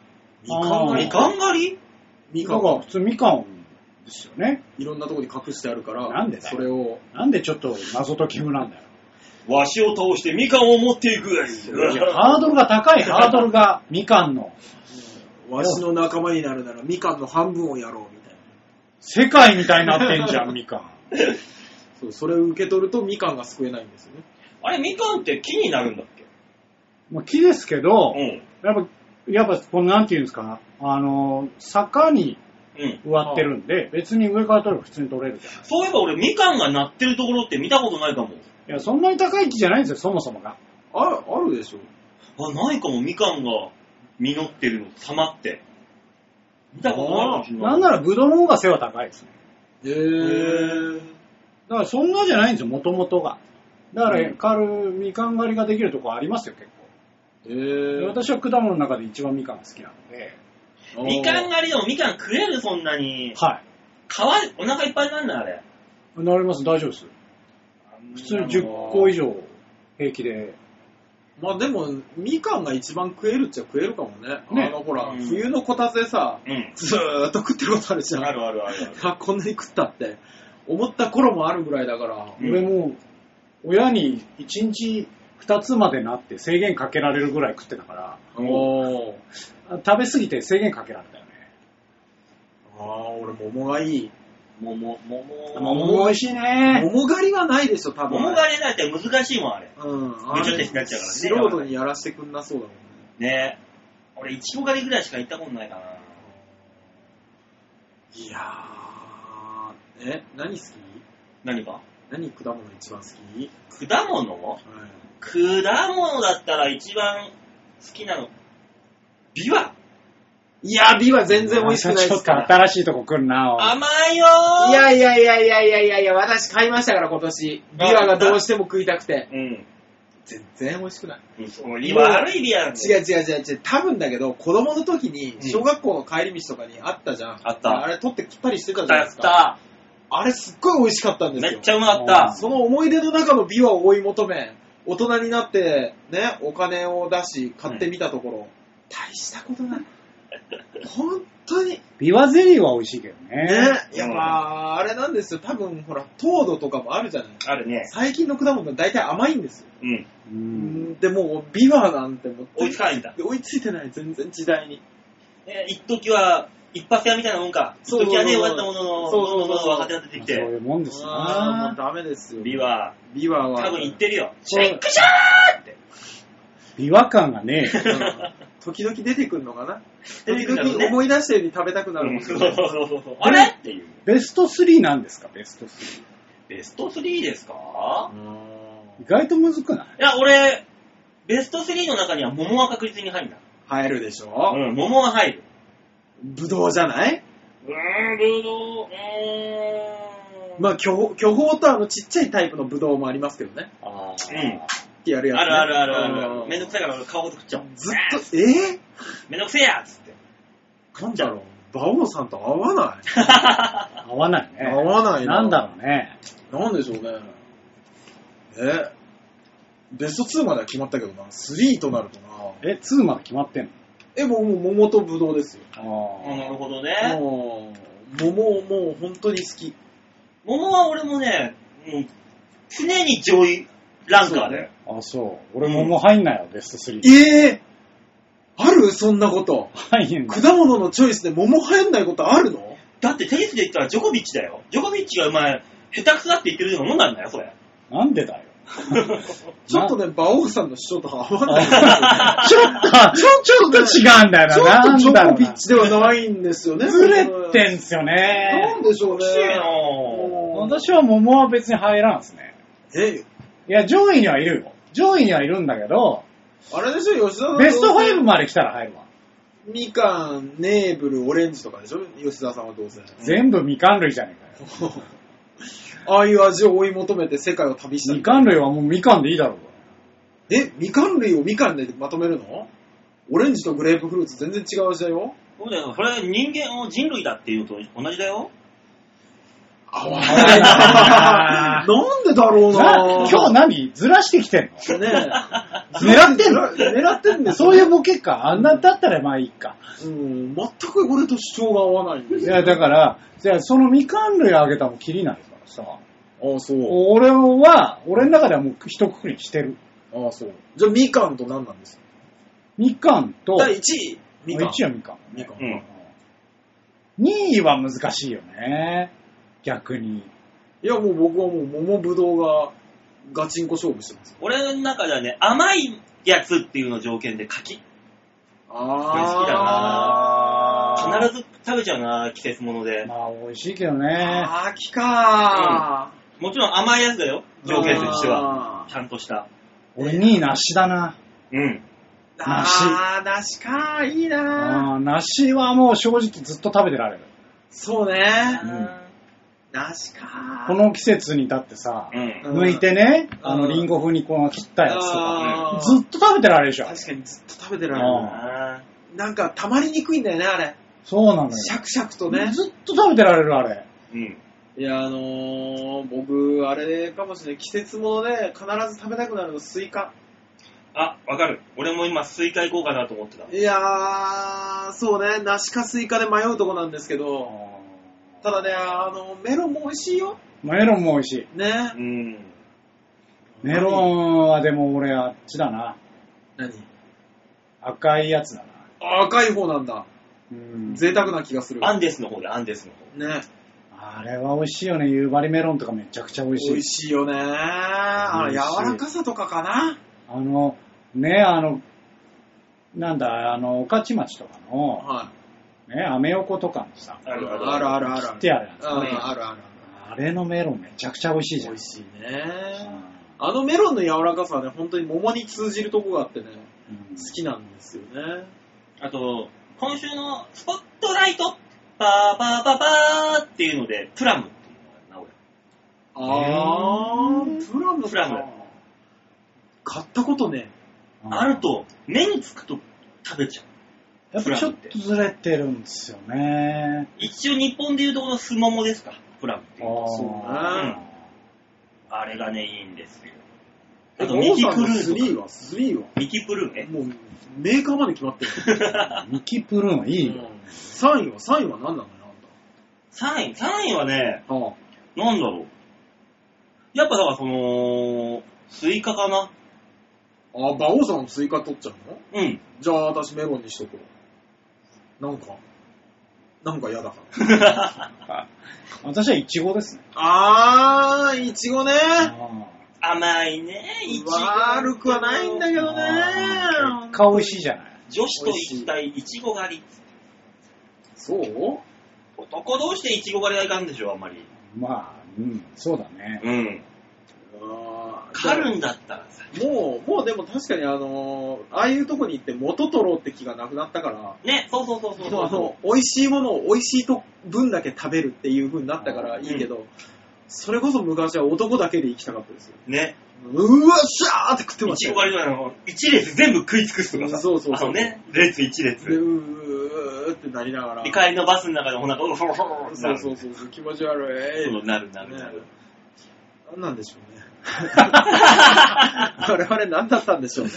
みかん狩みりかん狩りみかだんからが普通みかんですよね。いろんなとこに隠してあるから、なんでだよそれを、なんでちょっと謎解き風なんだよ。わしを倒してみかんを持っていく。いやハードルが高い、ハードルが、みかんの。わしの仲間になるならみかんの半分をやろうみたいな。世界みたいになってんじゃん、みかん。そうそれを受け取るとみかんが救えないんですよね。あれ、みかんって木になるんだっけまあ、木ですけど、うん。やっぱ、やっぱ、このなんていうんですか、あの、坂にうん。植わってるんで、別に上から取れば普通に取れるじゃん。いそういえば俺、みかんが鳴ってるところって見たことないかも。や、そんなに高い木じゃないんですよ、そもそもが。ある、あるでしょ。あ、ないかも、みかんが実ってるの、様って。見たことないかもしれない。なんなら、ブドウの方が背は高いですね。へへー。ーだから、そんなじゃないんですよ、もともとが。だかうら、ん軽いみかん狩りができるとこありますよ、結構。へー。私は果物の中で一番みかんが好きなんで。あーみかん狩りでもみかん食える、そんなに。は皮、お腹いっぱいになんだ、あれ。い。なります、大丈夫です。普通に10個以上平気で。まあでも、みかんが一番食えるっちゃ食えるかもね。ねあのほら、うん冬のこたつでさ、うん。ずーっと食ってることある じゃん。あるあるあるある。あ、こんなに食ったって。思った頃もあるぐらいだから。うん俺もう親に1日2つまでなって制限かけられるぐらい食ってたからおー。あ食べ過ぎて制限かけられたよねああ、俺桃がいい。桃、桃、桃も美味しいね桃狩りはないでしょ、多分。桃狩りだって難しいもん、あれ。うん。ぐちょってしなっちゃうからね素人にやらせてくんなそうだもんね。ね俺、いちご狩りぐらいしか行ったことないかな。いやー、え、何好き何か何果物一番好き、果物果物だったら一番好きなの。ビワい、やー、ビは全然美味しくないちでょっすとから。新しいとこ来るなおい甘いよーいやいやいやいやいやいやいや、私買いましたから今年。ビワがどうしても食いたくて。うん。全然美味しくない。うんビワ、悪いビワなんだ違よう違う違う違う。多分だけど、子供の時に、小学校の帰り道とかにあったじゃん。あったあれ取って食ったりしてたじゃなやいでっすか。た。あれすっごい美味しかったんですめよ。っちゃうまかった。その思い出の中の美和を追い求め、大人になって、ね、お金を出し、買ってみたところ、大したことない。 本当に。ね、ビワゼリーは美味しいけどねいや、まあ、あれなんですよ。多分、ほら、糖度とかもあるじゃない。あるね。最近の果物は大体甘いんですよ。うん。うんでも、ビワなんてもう、追いつかないんだ。追いついてない、全然時代に。えー一時は、一発屋みたいなもんか。一そうそうそう時はね、終わったものの、そどうそんうどそんうどんどん若手が出てきそういて、うもんですあなーもうダメですよ。ビワ、ビワは。多分言ってるよ。シそうェイクシャーって。違和感がね え。うん時々出てくるのかな出て時くるだろうね々思い出したように食べたくなるもんそうねそうそう そう。あれっていう。ベスト3なんですか、ベスト3。ベスト3ですか意外とむずくないいや、俺、ベスト3の中には桃は確実に入るんだ。入るでしょうん、桃は入る。ぶどうじゃないうーん、ブドウ、うーん。まあ巨巨峰とあのちっちゃいタイプのぶどうもありますけどね。あーうんってやるやつ、ね。あるあるあるあるうめんどくさいから俺顔ごと食っちゃうもん。ずっと、えめんどくせえやっつって。ー、なんだろう。馬王さんと合わない。合わない合ね。わないな。なんだろうね。う。なんでしょうね。えベスト2までは決まったけどな。3となるとな。え、2まで決まってんのえ、もう、もう桃とぶどうですよ。あなあるほどね。もう、桃をもう本当に好き。桃は俺もね、もう常に上位ランカーだよ。ーあ、そう。俺ももう入んないよ、ベスト3。ええあるそんなこと。入んない。果物のチョイスで桃入んないことあるのだってテニスで言ったらジョコビッチだよ。ジョコビッチがお前、下手くそだって言ってるようなもんなんだよ、それ。なん でだよ。ちょっとね、馬王さんの主張と合わ ないんですよね。ちょっと、ちょっと違うんだよな。ちょっとジョコビッチで。ではないんですよね。ずれてんすよなねん。でしょう欲しいなね。ぁ。もう私は桃は別に入らんすね。え、いや、上位にはいるよ。上位にはいるんだけど、あれでしょ、吉田さん。 ベスト5。まで来たら入るわ。みかん、ネーブル、オレンジとかでしょ、吉田さんはどうせ。 全部みかん類じゃねえかよ。ああいう味を追い求めて世界を旅した。みかん類はもうみかんでいいだろうが。え、みかん類をみかんでまとめるのオレンジとグレープフルーツ全然違う味だよ。そうだよ。それ人間を人類だっていうのと同じだよ。合わない ななんでだろうなな今日何ずらしてきてんの日ね狙ってんの狙ってんだよ。そういうボケか。あんなだったらまあいいか。うん、全く俺と主張が合わないんでいすよ。や、だから、じゃあそのみかん類あげたらもうキリないからさ。ああ、そう。俺は、俺の中ではもう一括りにしてる。ああ、そう。じゃあ、みかんと何なんですかみかんと、第1位、みかん。 1位はみかん。みかん。うん2位は難しいよね。逆に。いや、もう僕はもう桃ぶどうがガチンコ勝負してます。俺の中ではね、甘いやつっていうの条件で柿。あ必ー。ず。ず食べちゃうな、季節物で。まあ、美味しいけどね。秋かもちろん甘いやつだよ、ー。条件としては。は。ちゃんとした。俺2位梨だな。うん。梨あー、梨かー。いいなー。あー梨はもう正直ずっと食べてられる。そううね。ん梨かー。この季節にだってさ、うん。剥いてね、うんあの、リンゴ風にこの切ったやつとあーか、ずっと食べてられるでしょ。確かにずっと食べてらうれんる。あなんか、たまりにくいんだよね、あれ。そうなのよ。シャクシャクとね。ずっと食べてられる、あれ。ーうん。いや、あのー、僕、あれかもしれない。季節もので必ず食べたくなるの、スイカ。あ、わかる。俺も今、スイカ行こうかなと思ってた。いやー、そうね、梨かスイカで迷うとこなんですけど、ただね、あの、メロンも美味しいよ。メロンも美味しい。ねう。ん。メロンはでも俺あっちだな。何赤いやつだな。あ赤い方なんだ。うん贅沢な気がする。アンデスの方で、アンデスの方。ね。あれは美味しいよね。夕張メロンとかめちゃくちゃ美味しい。美味しいよね。あの、美柔味しいらかさとかかな。あの、ね、あの、なんだ、あの、御徒町とかの、はね、アメ横とかのさ、い。あるあるあるあるある。切ってあるやつうんあるあるあれのメロンめちゃくちゃ美味しいじ美ゃん。味しいうんね。あのメロンの柔らかさはね、本当に桃に通じるとこがあってね、うん好きなんですよね。あと、今週のスポットライト、パーパーパーパーっていうので、プラムっていうのがあるな、俺。あへー、プラムかプラム買ったことね。ある。と、目につくと食べちゃう。やっぱちょっとずれてるんですよね。一応日本でいうとこのスモモですか、プラムっていうのは。そうああれがね、いいんですよ。ああと、と、ミミキキププルルーン3とかは、3は。ミキプルーンね。もう、メーカーまで決まってる。ーミキプルーンはいいよ。 3位は、3位は何なのよ、 3位、3位はね、あんた。あなんだろう。やっぱだからその、スイカかな。あ、馬王さんもスイ カ取っちゃうのうん。じゃあ、私メロンにしとこう。なんか、なんか嫌だから。私はイチゴですね。あー、いちごね。甘いね、いちご。悪くはないんだけどね。顔美味しいじゃない。女子と一体いちご狩り。そう男同士でいちご狩りはいかんでしょ、あんまり。まあ、うん、そうだね。うん。あー狩るんだったらさ。もう、もうでも確かにあのーああいうとこに行って元取ろうって気がなくなったから、ね、そうそうそうそうあの、美味しいものを美味しいと分だけ食べるっていう風になったからういんいけど、それこそ昔は男だけで行きたかったですよ。ね。うわっしゃーって食ってまいしちたごよ。狩りはあの、一列全部食い尽くすとかさ。そうそうそうあのね、列一列。で、で、うーってなりながら。帰りのバスの中でお腹がフォロフォロフォロってなそうる。そうそうそう、気持ち悪い。そうなるなるねなる。何なんでしょ うね。我々何だったんでしょうね。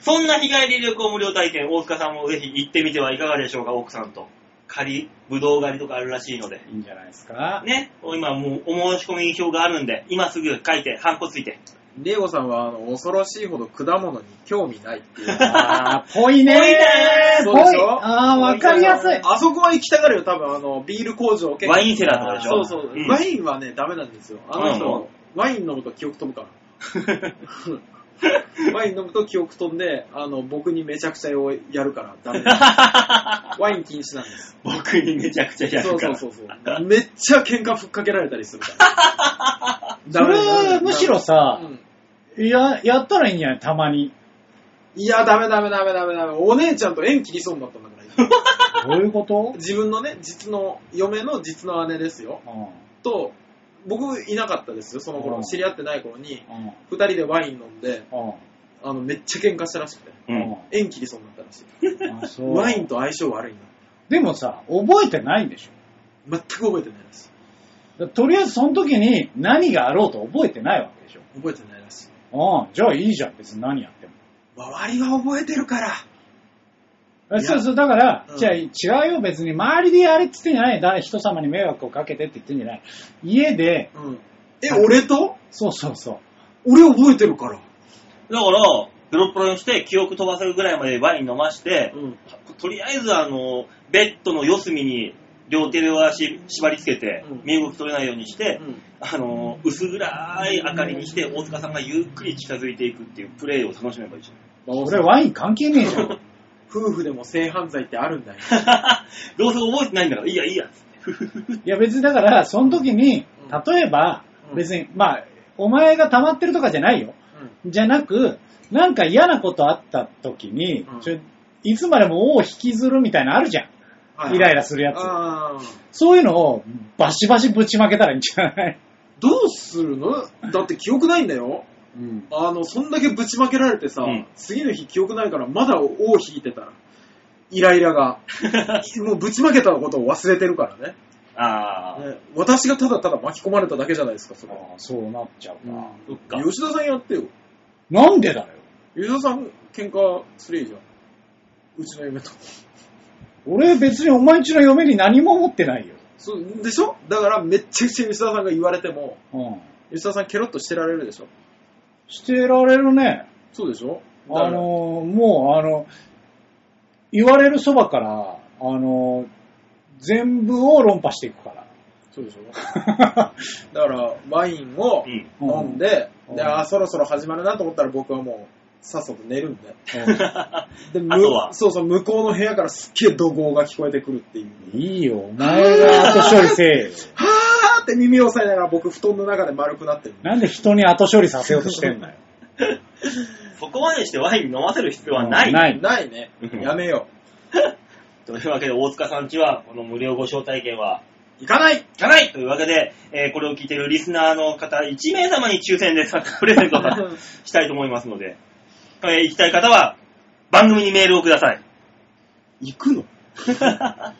そんな日帰り旅行無料体験、大塚さんもぜひ行ってみてはいかがでしょうか、奥さんと。狩り、ぶどう狩りとかあるらしいので。いいんじゃないですか。ね、今もうお申し込み表があるんで、今すぐ書いて、ハンコつ いて。レゴさんはあの恐ろしいほど果物に興味ないっていう。あー、ぽいねぽいねー。そうでしぽいょあー、わかりやすい。あそこは行きたがるよ、多分あの、ビール工場結構ワインセラーとかでしそょうそう、んワインはね、ダメなんですよ。あの人、うんワイン飲むと記憶飛ぶから。 ワイン飲むと記憶飛んで、あの、僕にめちゃくちゃやるから、ダメです。 ワイン禁止なんです。僕にめちゃくちゃやそるうそうから。そうそう。めっちゃ喧嘩ふっかけられたりする から。それ、むしろさう、んいや、やったらいいんじゃないたまに。いや、ダメダメダメダメダメ。お姉ちゃんと縁切りそうになったんだから。 どういう こと自分のね、実の、嫁の実の姉ですよ。うん。うん。と、僕いなかったですよ、そのう頃。ん知り合ってない頃に、うん。二人でワイン飲んで、うあの、めっちゃ喧嘩したらしくて。うん。縁切りそうになったらしい。ん。あ、そう。ワインと相性悪いな。でもさ、覚えてないんでしょ全く覚えてないらしい。だとりあえずその時に何があろうと覚えてないわけでしょ。覚えてないらしい。うん、じゃあいいじゃん、別に何やっても。周りが覚えてるから。えやそうそう、だから、うんじゃあ違うよ、別に。周りでやれって言ってんじゃない。だ人様に迷惑をかけてって言ってんじゃない。家で、うん。え、俺とそうそうそう。俺覚えてるから。だから、プロプロにして記憶飛ばせるぐらいまでワイン飲まして、うん。とりあえずあの、ベッドの四隅に両手を足縛り付けてうん、身動き取れないようにして、うんあの、薄暗い明かりにして、大塚さんがゆっくり近づいていくっていうプレイを楽しめばいい じゃん。それワイン関係ねえじゃん。夫婦でも性犯罪ってあるんだよ。どうせ覚えてないんだから、いいやいいや。いや別にだから、その時にうん、例えば、うん別に、まあ、お前が溜まってるとかじゃないよ。じゃなく、なんか嫌なことあった時に、うんちょいつまでも王を引きずるみたいなのあるじゃん。はいイライラするやつ。あーそういうのをバシバシぶちまけたらいいんじゃない、どうするのだって記憶ないんだよ。うん、あの、そんだけぶちまけられてさ、うん次の日記憶ないからまだ尾を引いてたら、イライラ が。もうぶちまけたことを忘れてるからね。ああ、ね私がただただ巻き込まれただけじゃないですか、それ。そうなっちゃううな、んそっか吉田さんやってよ。なんでだよ。吉田さん喧嘩すりゃいいじゃん。うちの嫁と。俺別にお前んちの嫁に何も思ってないよ。そうでしょだからめっちゃくちゃ吉田さんが言われても、うん。吉田さんケロッとしてられるでしょしてられるね。そうでしょあのーもうあの、言われるそばから、あのー全部を論破していくから。そうでしょ だから、ワインをうん。飲んで、うで、んうんあー、そろそろ始まるなと思ったら僕はもう、さっさと寝るんで。 で、むあとはそうそう、向こうの部屋からすっげえ怒号が聞こえてくるっていう。いいよ、お前が後処理せ えよ。はーって耳を押さえながら僕布団の中で丸くなってる。なんで人に後処理させようとしてんだよ。そこまでしてワイン飲ませる必要はない。ないないね。やめよというわけで、大塚さんちは、この無料ご招待券は、う。行かないいかないというわけで、えーこれを聞いているリスナーの方1名様に抽選で プレゼントを したいと思いますので、えー行きたい方は、番組にメールをください。行くのま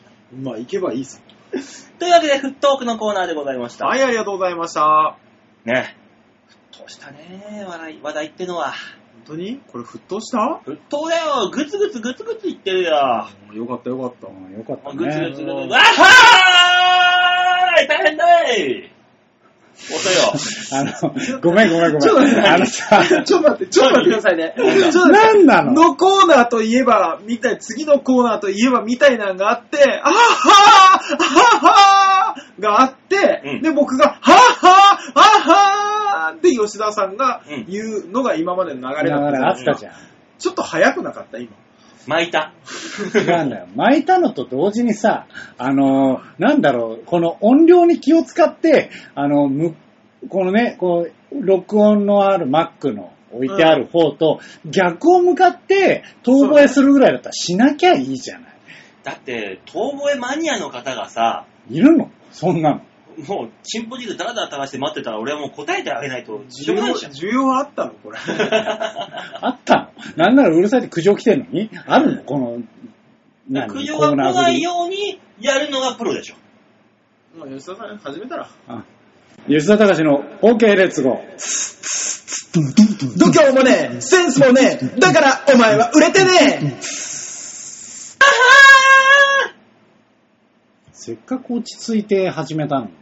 あ行けばいいさ。 というわけで、フットークのコーナーでございました。はい、ありがとうございました。ね。沸騰したね、話題、話題ってのは。本当にこれ沸騰した沸騰だよ、ぐつぐつぐつぐつ言ってるよ。 よかったよかった。うんよかったぐつぐね。つぐつ。わっはーい大変だい 押あの、ごめんごめんごちょっとめ待っん。て、あのさ、ちょっと待って、ちょっと待ってくださいね。ちょっと待って何なののコーナーといえば、みたい、次のコーナーといえば、みたいなんがあって、あははあははがあって、うんで、僕が、ははあはで、吉田さんがうん言うのが今までのあ流れれだったじゃなあいですったか。じゃん。ちょっと早くなかった、今。巻いた。違うんだよ。巻いたのと同時にさ、あの、なんだろう、この音量に気を使って、あの、むこのね、こう、録音のある Mac の置いてある方と、逆を向かって遠吠えするぐらいだったらしなきゃいいじゃない。だって、遠吠えマニアの方がさ、いるのそんなの。もう、チンポジルダラダラ垂らして待ってたら、俺はもう答えてあげないと、し需ょうがない要、じゃん。需要あったのこ れ。 あったのなんならうるさいって苦情来てんのにあるのこの、何苦情が来ぶないりようにやるのがプロでしょ。もう吉田さん、始めたら。あ吉田隆の OK レッツゴー。度胸もねえ、センスもねえ、だからお前は売れてねせっかく落ち着いて始めたのに。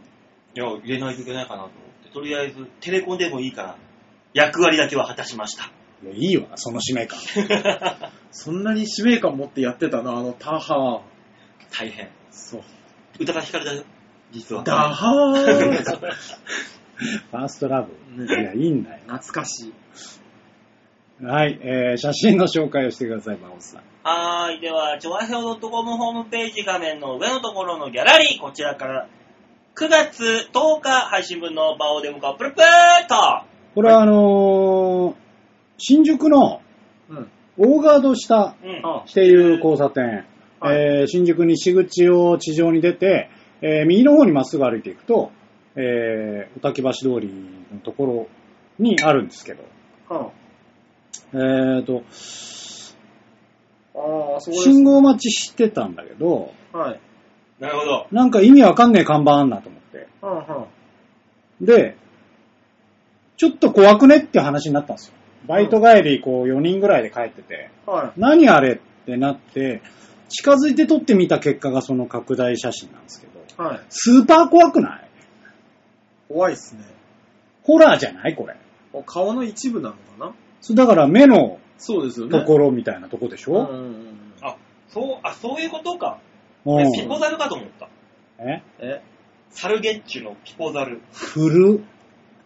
いや、入れないといけないかなと思って、とりあえず、テレコンでもいいから、役割だけは果たしました。いやいいわ、その使 命感。えそんなに使命感持ってやってたな、あのタハ大変。ー。そう。宇多田ヒカルだよ、実は。ダハー。ファーストラブ。いねや、いいんだよ。懐かしい。はい、えー、写真の紹介をしてください、馬オさん。 はーい。では、調和表 .com ホームページ画面の上のところのギャラリー、こちらから、9月10日配信分の場をデモカプルプーっとこれはあのー、新宿のうん。大ガード下うん。あっていう交差点、はえー、新宿西口を地上に出て、えー、右の方にまっすぐ歩いていくと、えー、お滝橋通りのところにあるんですけど、はえーと、あ、ああ、そこです信。号待ちしてたんだけど、はい。なるほど。なんか意味わかんねえ看板あんなと思って。はあ、はで、ちょっと怖くねっていう話になったんですよ。バイト帰り、こう4人ぐらいで帰ってて、あ、はい。何あれってなって、近づいて撮ってみた結果がその拡大写真なんですけど、はい。スーパー怖くない怖いっすね。ホラーじゃないこれ。お顔の一部なのかなそうだから目のそうですよね。ところみたいなとこでしうんょ、うんうん。あ、そう、あ、そういうことか。うん、ピコザルかと思った。ええサルゲッチュのピコザル古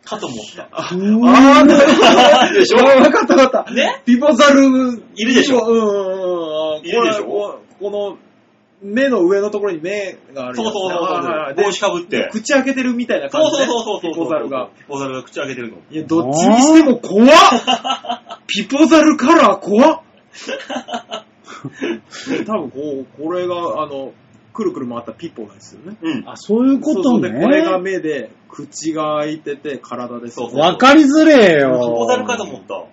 かと思った。古ああ、なるほど。でしょわかったわかった。ねピポザル。いるでしょピポうんうんうん。いるでしこれょここの、目の上のところに目があるやつね。そうそうそはういはいそはう。いで帽子かぶって。口開けてるみたいなそ感うじそね。うそうそうそう。ピポザルが。。ピコザルが口開けてるの。いや、どっちにしても怖っピポザルカラー怖 っ多分こう、これが、あの、くるくる回ったピポなんですよね。うん。あ、そういうこそうそとうで、これがね。目で、口が開いてて、体です。そうそうわかりづれえピよ。コザルかと思った。あ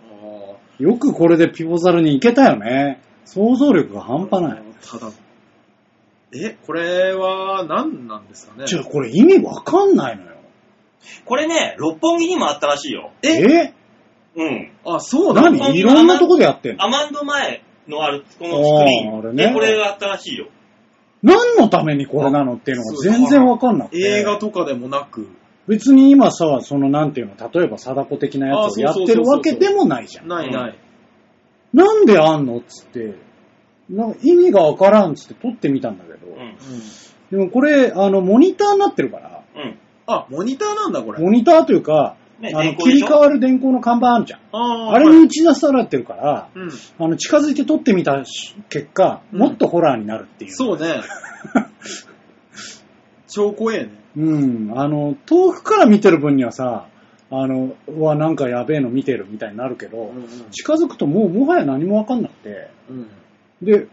ーよくこれでピボザルに行けたよね。想像力が半端ない。。ただ、え、これは何なんですかねじゃあこれ意味わかんないのよ。これね、六本木にもあったらしいよ。ええうん。あ、そうなの何いろんなとこでやってんのアマンド前のある、このスクリあーーあれンねでこれがあったらしいよ。何のためにこれなのっていうのが全然わかんなくて。映画とかでもなく、別に今さ、そのなんていうの、例えば貞子的なやつをやってるわけでもないじゃん。ないない。なんであんのっつって、なんか意味がわからんっつって撮ってみたんだけど、うん。うんでもこれ、あの、モニターになってるから、うん。あ、モニターなんだ、これ。モニターというか、ねあの電光切でりしょ替わる電光の看板あるじゃん。あーあれに打ち出されてるから、うん。あの、近づいて撮ってみたし結果、うんもっとホラーになるっていう。そう ね。超怖えね。うん。あの、遠くから見てる分にはさ、あの、うわ、なんかやべえの見てるみたいになるけど、近づくともうもはや何もわかんなくて、うんで、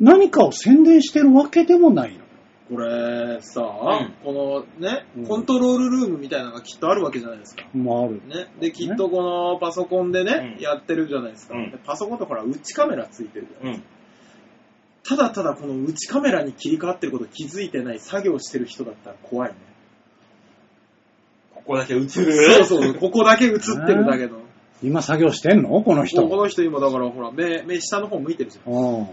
何かを宣伝してるわけでもないの。これさ、んこのねうん、コントロールルームみたいなのがきっとあるわけじゃないですか。もある。ね、で、きっとこのパソコンでね、うんやってるじゃないですか。うんでパソコンってほら、内カメラついてるじゃないですかうん。ただただこの内カメラに切り替わってること気づいてない作業してる人だったら怖いね。ここだけ映るそうそうそう、ここだけ映ってるだけど。今作業してんのこの人。もうこの人今だからほら、目、目下の方向いてるじゃん。うん。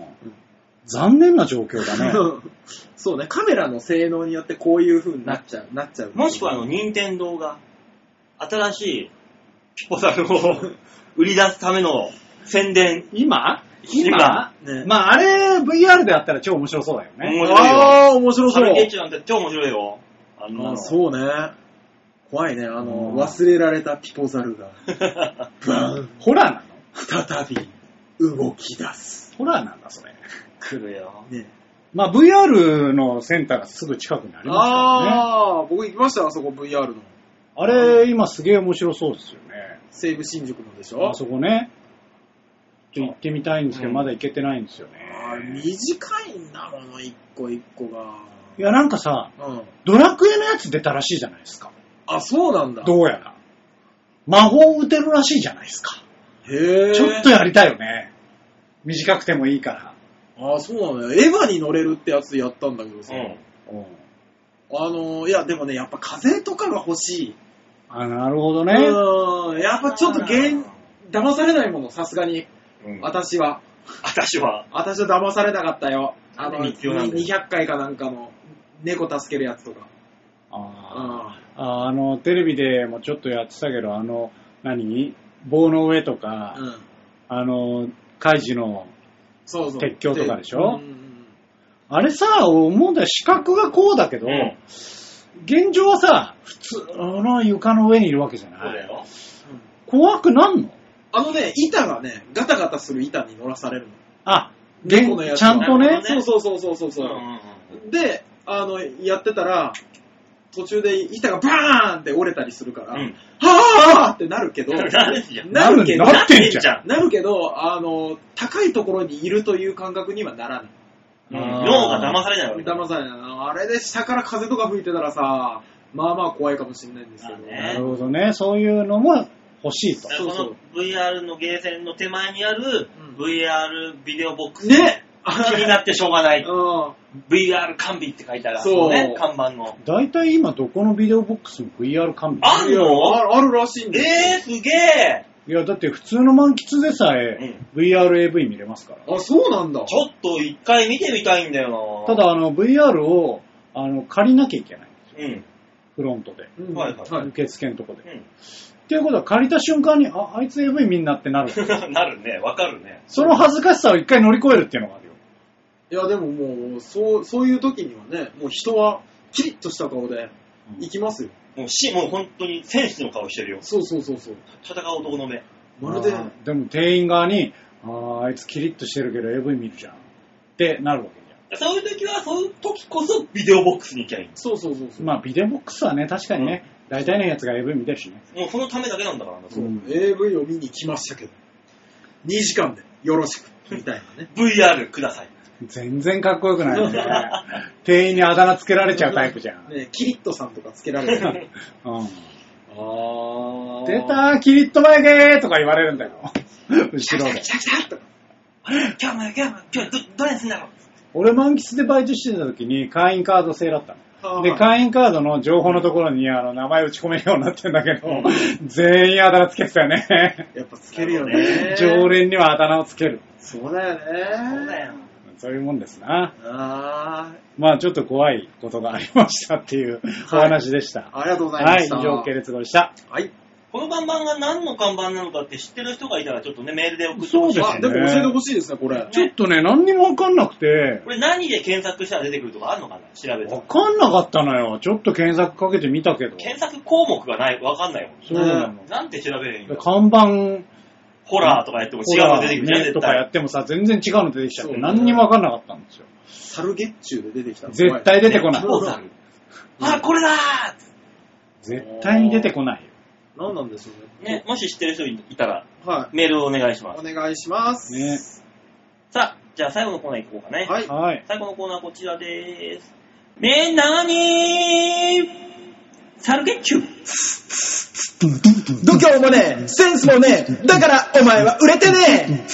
残念な状況だ ね。そうね、カメラの性能によってこういう風になっちゃう、なっちゃう。もしくはあの、任天堂が、新しいピポタルを売り出すための宣伝。今今ね、まあ、あれ、VR でやったら超面白そうだよね。面白いよ。ああ、面白サそうル。ゲッチュなんて超面白いよ。あんなあの。そうね。怖いね、あうの、ん忘れられたピポザ ルが、バンホラーなの再び動き出す。ホラーなんだ、それ。来るよ。ね、まあ、VR のセンターがすぐ近くにありますからね。ああ、僕行きました、あそこ VR の。あれ、今すげえ面白そうですよね。西武新宿のでしょあそこね。ちょっと行ってみたいんですけど、うんまだ行けてないんですよあれね。短いんだもの、一個一個が。いや、なんかさ、うん。ドラクエのやつ出たらしいじゃないですか。あ、そうなんだ。どうやら。魔法打てるらしいじゃないですか。へえ。ちょっとやりたいよね。短くてもいいから。あ、そうなのよ。エヴァに乗れるってやつやったんだけどさ。うん。あのー、いや、でもね、やっぱ風とかが欲しい。あ、なるほどね。うん。やっぱちょっとゲー騙されないもの、さすがに。うん。あ私は。私は、私は騙されなかったよ。あの、日曜なんだよ200回かなんかの猫助けるやつとか。ああーあの、テレビでもちょっとやってたけど、あの、何棒の上とか、あ。うん。あの、カイジの、そうそう。鉄橋とかでしょうんうんうんあれさ、思うんだよ、視覚がこうだけど、うん現状はさ、普通の床の上にいるわけじゃそうなだい。よ。うん怖くなんのあのね、板がね、ガタガタする板に乗らされるの。あ、現猫のやつちゃんとなるねほ、どねそうそうそうそうそう。ううで、あの、やってたら、途中で板がバーンって折れたりするから、ん。はぁーってなるけど、 なるじゃん。なるけど、なってんじゃん。なるけど、あの、高いところにいるという感覚にはならない。うんあー脳が騙されないわけだ。騙されないな。あれで下から風とか吹いてたらさ、まあまあ怖いかもしれないんですけどまあなねね。るほどね、そういうのも欲しいとだ。からそうそうこの VR のゲーセンの手前にあるうん VR ビデオボックス。ね気になってしょうがなうい。ん。 VR 完備って書いてある。そうそうね、看板の。大体今どこのビデオボックスも VR 完備あんのああるらしいんえですよー、すげえいや、だって普通の満喫でさえ、VRAV 見れますから。あ、そうなんだ。ちょっと一回見てみたいんだよなた、だ、あの、VR を、あの、借りなきゃいけない。うん。フロントで。うんはいはいはい受付のとこで。うっていうことは借りた瞬間に、あ、あいつ AV みんなってなる。ん。 なるね、わかるね。その恥ずかしさを一回乗り越えるっていうのがあるよ。いや、でももう、そう、そういう時にはね、もう人は、キリッとした顔で、行きますよ。もうし、もう本当に戦士の顔してるよ。そうそうそうそう。戦う男の目。まるで、あーでも店員側に、あーあいつキリッとしてるけど AV 見るじゃん。ってなるわけじそういう時は、そういう時こそビデオボックスに行きゃいいんでそうそうそうそゃう。ん。まあ、ビデオボックスはね、確かにね、大体のやつが AV 見てるしね。す。もうそのためだけなんだからな、そうそううん AV を見に来ましたけど、2時間でよろしく、みたいなね。 VR ください。全然かっこよくないよね。店員にあだ名つけられちゃうタイプじゃん。ねキリッとさんとかつけられてる。うん。あー出たー、キリッと前けーとか言われるんだよ。 後ろで来。た来たとか。あれ今日も、今日も、今日ど、どれにすんだろう俺満喫でバイトしてた時に会員カード制だったあの。ーで、会員カードの情報のところにあの名前打ち込めるようになってんだけど、全員あだ名つけてたよね。やっぱつけるよなるほどね。常。連にはあだ名をつける。そうだよね。そうだよ。。そういうもんですな。あまあちょっと怖いことがありましたっていうお話でした。ーありがとうございまはい、し以た。上、系列語でした。はい。この看板が何の看板なのかって知ってる人がいたら、ちょっとね、メールで送ってそうほでしいすねあ、でも教えてほしいですね、これ。ちょっとね、何にもわかんなくてこ、れ何で検索したら出てくるとかあるのかな調べわて。かんなかったのよ。ちょっと検索かけてみたけど。検索項目がない、わかんないもん。そうなの。なんて調べればいいんだ看板、ホラーとかやっても違うの出てくるじゃん、ね絶とかや対。ってもさ、全然違うの出てきちゃっそて、う何にもわかんなかったんですよ。サルゲッチュウで出てきたの絶対出てこないポーザル。あ、これだ絶対に出てこないよ。何なんでしょうーね。ね、もし知ってる人いたら、はメールをお願いしい。まおす。願いします。ね。さあ、じゃあ最後のコーナー行こうかね。はい。はい。最後のコーナーはこちらでーす。みんなにサルゲッチュ度胸もねえ、センスもねえ、だからお前は売れてねえ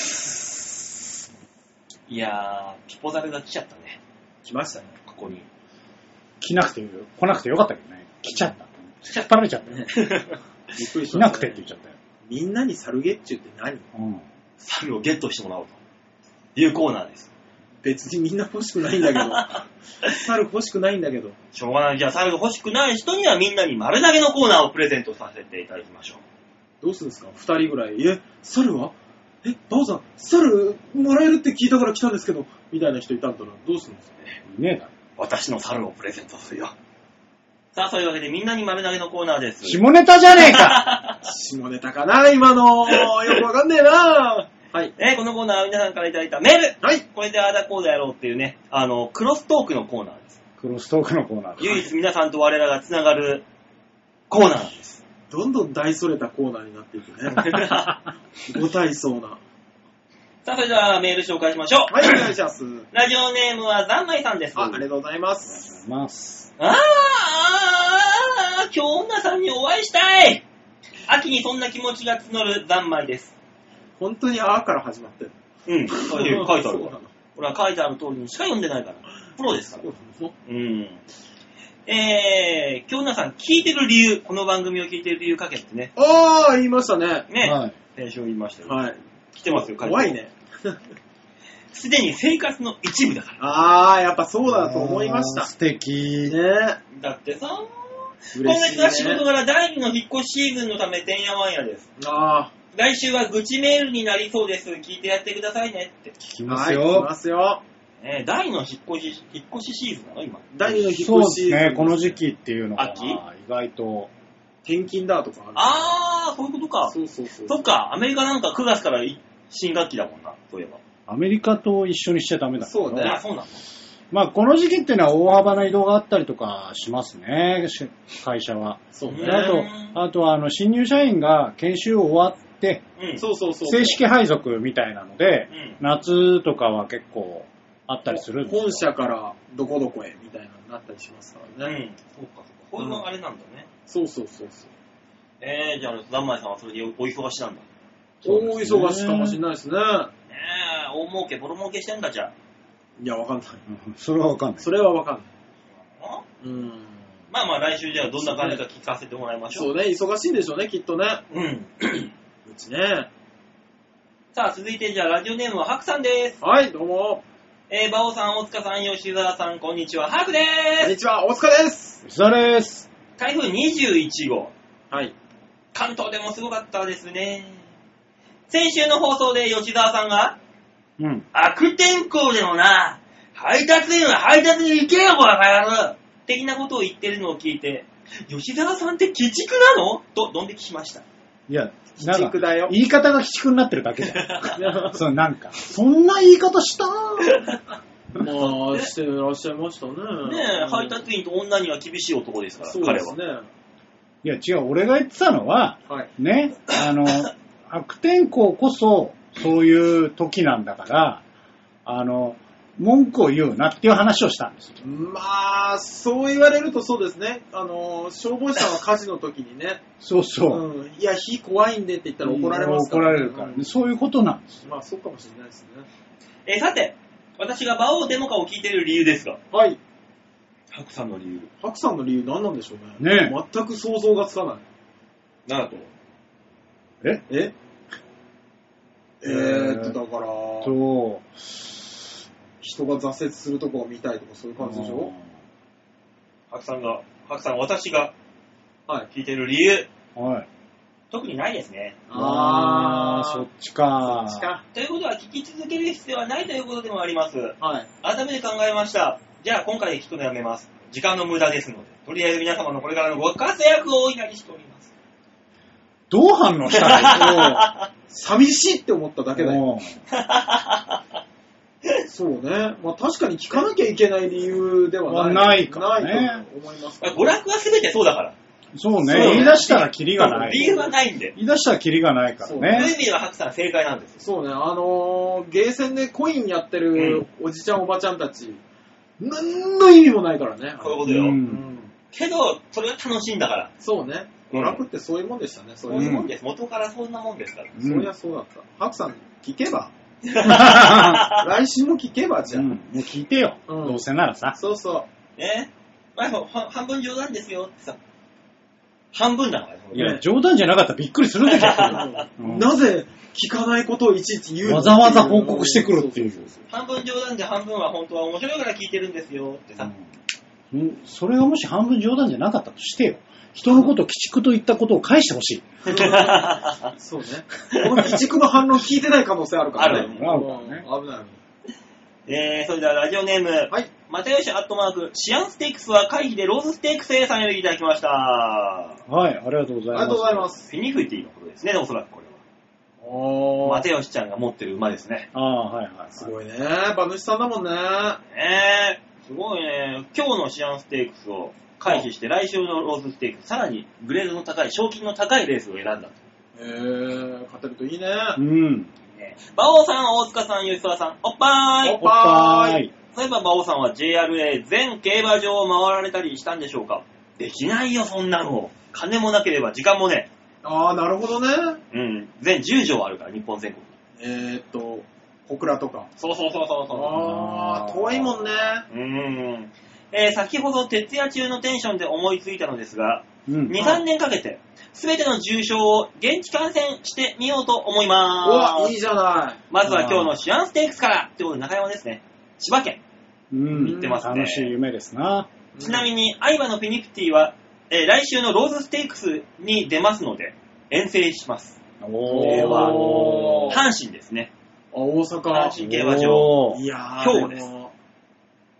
いやー、ピポザルが来ちゃったね、来ましたね。ここ に。来なくていいよ、来なくてよかったけどね。来ちゃった。引っ張られちゃったよ。びっくりし来まなしくたてっねて言っちゃったよ。みんなにサルゲッチュウって何うん。サルをゲットしてもらおうというコーナーです。別にみんな欲しくないんだけ ど。猿欲しくないんだけど。しょうがない。じゃあ、猿が欲しくない人にはみんなに丸投げのコーナーをプレゼントさせていただきましょう。どうするんですか二人ぐらい。え、猿はえ、バオさん、猿もらえるって聞いたから来たんですけど、みたいな人いたんだらどうするん ですかねえだろ。私の猿をプレゼントするよ。さあ、そういうわけでみんなに丸投げのコーナーです。下ネタじゃね えか下ネタかな今の。よくわかんねえな。はい。えーこのコーナーは皆さんからいただいたメールはい。これでああだこうだやろうっていうね、あの、クロストークのコーナーです。クロストークのコーナーで唯一皆さんと我らがつながるコーナーなん です。どんどん大それたコーナーになっていくね。ご体操な。さあ、それではメール紹介しましょう。はい、お願いします。ラジオネームはざんまいさんです。あ、ありがとうございまお願いす。します。あーあーあー、今日女さんにお会いしたい秋にそんな気持ちが募るざんまいです。本当にあーから始まってる。うん、そう いう書いてあそうるなからの。。俺は書いてある通りにしか読んでないから。プロですから。そううん。えー、今日皆さん聞いてる理由、この番組を聞いてる理由書けってね。ああ、言いましたね。ね、はい。先週言いましたよ。はい。来てますよ、彼怖い。ね。 すでに生活の一部だから。ああ、やっぱそうだと思いましたあー。素敵。ねだってさ、今嬉しい、月ねは。仕事柄第二の引っ越しシーズンのため、てんやわんやです。ああ、来週は愚痴メールになりそうです。聞いてやってくださいねって。聞きまはすい、よ。来ますよ。ね、第二の引っ越し、引っ越しシーズンなの今。第二の引っ越し。そうですね、この時。期っていうのが秋意外と。転勤だとかある。あー、そういうことか。そうそうそう。そっか、アメリカなんか9月から新学期だもんな、そういえば。アメリカと一緒にしちゃダメだけどそうねあ、そうなのまあ、この時期っていうのは大幅な移動があったりとかしますね、し会社は。そうでね。あうんと、あとはあの新入社員が研修終わって、うん。そうそうそう。正式配属みたいなので、うん夏とかは結構あったりするんですよ本社からどこどこへみたいなのになったりしますからね。うん、そうか、そうか。こういうのあれなんだね。そうそうそうそう。えー、じゃあ、ざんまいさんはそれでお忙しなんだ。ねそう大ですね忙しかもしれないですね。え、大儲け、ボロ儲けしてんだじゃあ。いや、わかんない。うんそれはわかんない。それはわかんない。うんうん。まあまあ、来週じゃあ、どんな感じか聞かせてもらいましょ。そううね、忙しいんでしょうね、きっとね。 うん。うちね。さあ、続いてじゃあ、ラジオネームはハクさんです。はい、どうも。えー、バオさん、大塚さん、吉沢さん、こんにちは。ハクでこんーにす。ちは、大塚です。吉田です。台風21号。はい。関東でもすごかったですね。先週の放送で吉沢さんが、うん。悪天候でもな、配達員は配達に行けよ、こら、カヤル的なことを言ってるのを聞いて、吉沢さんって鬼畜なのと、ドン引きしました。いや、鬼なん畜か、だよ。言い方が鬼畜になってるだけじ ゃん。そう、なんか、そんな言い方したまあ、してらっしゃいましたね。ねえ、配達員と女には厳しい男ですから、そう彼ですは。ね。いや、違う、俺が言ってたのは、はい。ね、あの、悪天候こそ、そういう時なんだから、あの、文句を言うなっていう話をしたんですよ。まあ、そう言われるとそうですね。あの、消防士さんは火事の時にね、そうそう。うん、いや、火怖いんでって言ったら怒られますから、怒られるからね、うんそういうことなんです。まあ、そうかもしれないですね。えさて、私が馬王デモカを聞いてる理由ですが、はい。ハクさんの理由。白さんの理由何なんでしょうね。ね全く想像がつかない。なんだと思うえええー、っと、だえから、っと、人が挫折するとこを見たいとかそういう感じでしょハクさんが、ハクさん、私がはい。聞いてる理由、うんはい。特にないですね。あー、そっちか。そっちか。ということは聞き続ける必要はないということでもあります。はい。改めて考えました。じゃあ今回で聞くのやめます。時間の無駄ですので、とりあえず皆様のこれからのご活躍をお祈りしております。どう反応したらい 寂しいって思っただ いけだよ。のうんそうね。まあ確かに聞かなきゃいけない理由ではまあな。ないいからねないと思いますから娯楽は全てそうだから。そうそうねね、言い出したらキリがな理由い。はないんで。言い出したらキリがないからそういうね意。味では白さん正解なんですよ。そうね、あのー、ゲーセンでコインやってるおじちゃん、おばちゃんたち、何の意味もないからね。そういうこう。とよ。うんんけど、それは楽しいんだから。そうね。うん娯楽ってそういうもんでしたね、そうそいうういうももんんで。です。元からそんなもんですから。うんそりゃそうだった。ハクさん、聞け ば来週も聞けばじうゃんん。もう聞いてよ。うんどうせならさ。そうそう。ねまあ、ほ半分冗談ですよってさ。半分だからね。いや、冗談じゃなかったらびっくりす るでしょ。それはうんなぜ聞かないことをいちいち言うのわざわざ報告してくるっていうそうそうそう半分冗談で半分は本当は面白いから聞いてるんですよってさ。うんそれがもし半分冗談じゃなかったとしてよ。人のことを鬼畜と言ったことを返してほしい。 そうね。この鬼畜の反応聞いてない可能性あるからね。あるあるねうん危ないえー、それではラジオネーム。危ない。はい。又吉アットマーク、シアンステークスは会議でローズステークスへさんよりいただきました。はい、ありがとありうございます。がとうございます。フィニフィティのことですね、おそらくこれは。おー。又吉ちゃんが持ってる馬ですね。ああ、はいはい。すごいね。馬主さんだもんね。えー、すごいね。今日のシアンステークスを回避して、来週のローズステークス、さらにグレードの高い、賞金の高いレースを選んだと。えー、勝てるといいね。うん。ね馬王さん、大塚さん、吉沢さん、おっぱーいおっぱーいい。そういえば馬王さんは JRA 全競馬場を回られたりしたんでしょうかできないよ、そんなの。金もなければ時間もね。あー、なるほどね。うん。全10条あるから、日本全国。えーっと、小倉とか。そうそうそうそうそう。あー、遠いもんね。うーん。えー先ほど徹夜中のテンションで思いついたのですが、うん。 2、3年かけて、すべての重症を現地観戦してみようと思いうまわ、いいす。じゃなまずは今日のシアンステークスからってことで中山ですね。千葉県。うん。言ってますね楽しい夢ですな。い。ちなみに、相葉のフィニプティは、えー来週のローズステークスに出ますので、遠征します。おこれはおー阪神ですね。あ、大阪阪。神競馬場。おーいやー、今日ですも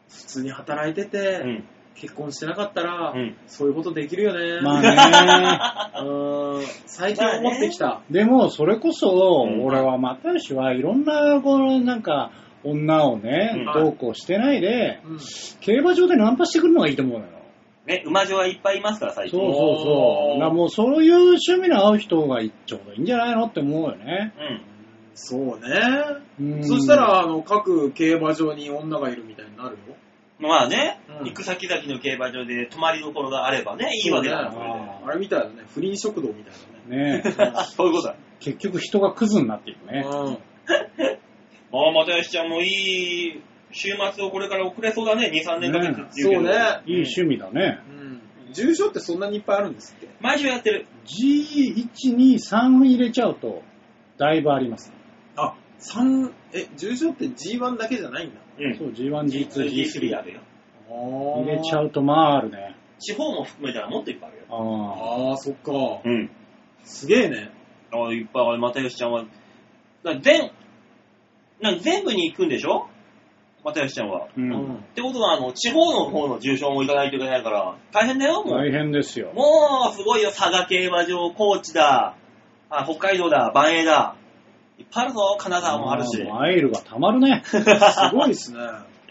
普通に働いてて、うん。結婚してなかったら、うん。そういうことできるよね。まあね。 うーん最近思ってきた。 でも、それこそ、ん俺は又吉はいろんな、この、なんか、女をね、うんどうこうしてないで、うん競馬場でナンパしてくるのがいいと思うのよ。ね、馬場はいっぱいいますから、最そう近。そうおそーう。なもうそういう趣味の合う人がちょうどいいんじゃないのって思うよね。うん。そうね。うんそした、ら、あの、各競馬場に女がいるみたいになるよ。まあね、うん行く先々の競馬場で泊まりどころがあればね、いいわけだからそそうれねであーあれみたいだね。不倫食堂みたいだね。 ねえそういうことだ。結局人がクズになっていくね。うんああ、又吉ちゃんもいい週末をこれから送れそうだね、2、3年かけてっていうそけどうね。いい趣味だね。うん。重症ってそんなにいっぱいあるんですって。毎週やってる。 G123 入れちゃうと、だいぶあります。あ、三え、重症って G1 だけじゃないんだ。うそん。う、G1、G2、 G3 あ G3 るよ。入入れちゃうと、まああるね。地方も含めたらもっといっぱいあるよ。ああ。あー、そっか。うん。すげえね。ああ、いっぱいある。又吉ちゃんは、だから全、なんか全部に行くんでしょ又吉ちゃんは。うう。。んってことは、あの、地方の方の重賞も行かないといけないから、大変だよ、もう。大変ですよ。もう、すごいよ、佐賀競馬場、高知だ、あ北海道だ、万栄だ。いっぱいあるぞ、金沢もあるし。もうマイルがたま るね。すごいですね。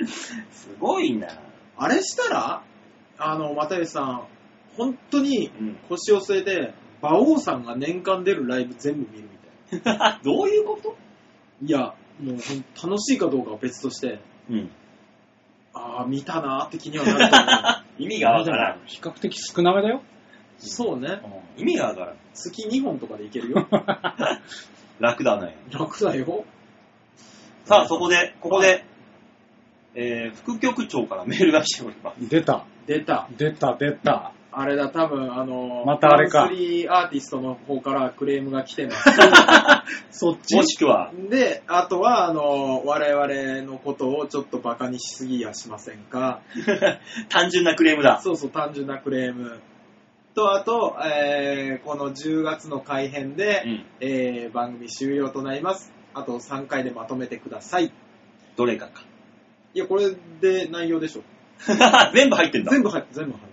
すごいな。あれしたら、あの、又吉さん、本当にうん腰を据えて、馬王さんが年間出るライブ全部見るみたいな。どういうこといや、もうほんと楽しいかどうかは別として、うん。ああ、見たなーって気にはなると思意味がわからん。比較的少なめだよ。う。 そうね。意味がわからん。月2本とかでいけるよ。楽だね。楽だよ。さあ、そこで、ここで、えー、副局長からメールが来ております。 出た、出た。出た、出た。あれだ、多分、あのー、またあれマかンスリーアーティストの方からクレームが来てます。そっもしくは、で、あとは、あのー、我々のことをちょっと馬鹿にしすぎやしませんか。単純なクレームだ。そうそう、単純なクレーム。と、あと、えーこの10月の改編で、うんえー番組終了となります。あと3回でまとめてください。どれかか。 いや、これで内容でしょ。全部入ってんだ。全部入る、全部入る。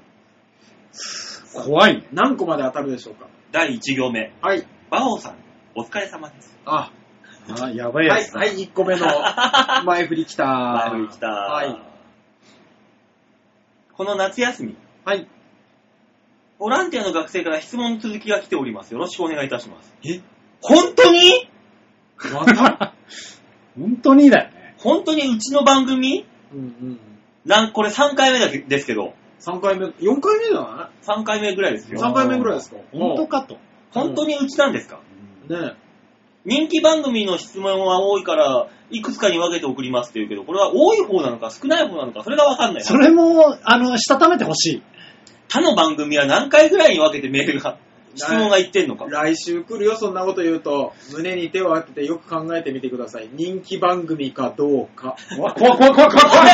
怖いね。何個まで当たるでしょうか。第1行目。はい。バオさん、お疲れ様です。あ、あ、やばいはやい、つだ。はい、1個目の前振り来た。バー来た。はい。この夏休み、はい。ボランティアの学生から質問の続きが来ております。よろしくお願いいたします。え本当にまた本当にだよね。本当にうちの番組うんうん。なんこれ3回目だけですけど、 3回目、4回目じゃな3回目ぐらいですいよ。 ?3 回目ぐらいですか。本当かと。本当にうちなんですかね人気番組の質問は多いから、いくつかに分けて送りますって言うけど、これは多い方なのか少ない方なのか、それがわかんない。それも、あの、したためてほしい。他の番組は何回ぐらいに分けてメールが、質問がいってんのか。来週来るよ、そんなこと言うと。胸に手を当ててよく考えてみてください。人気番組かどうか。怖い怖い怖い怖いあ怖れい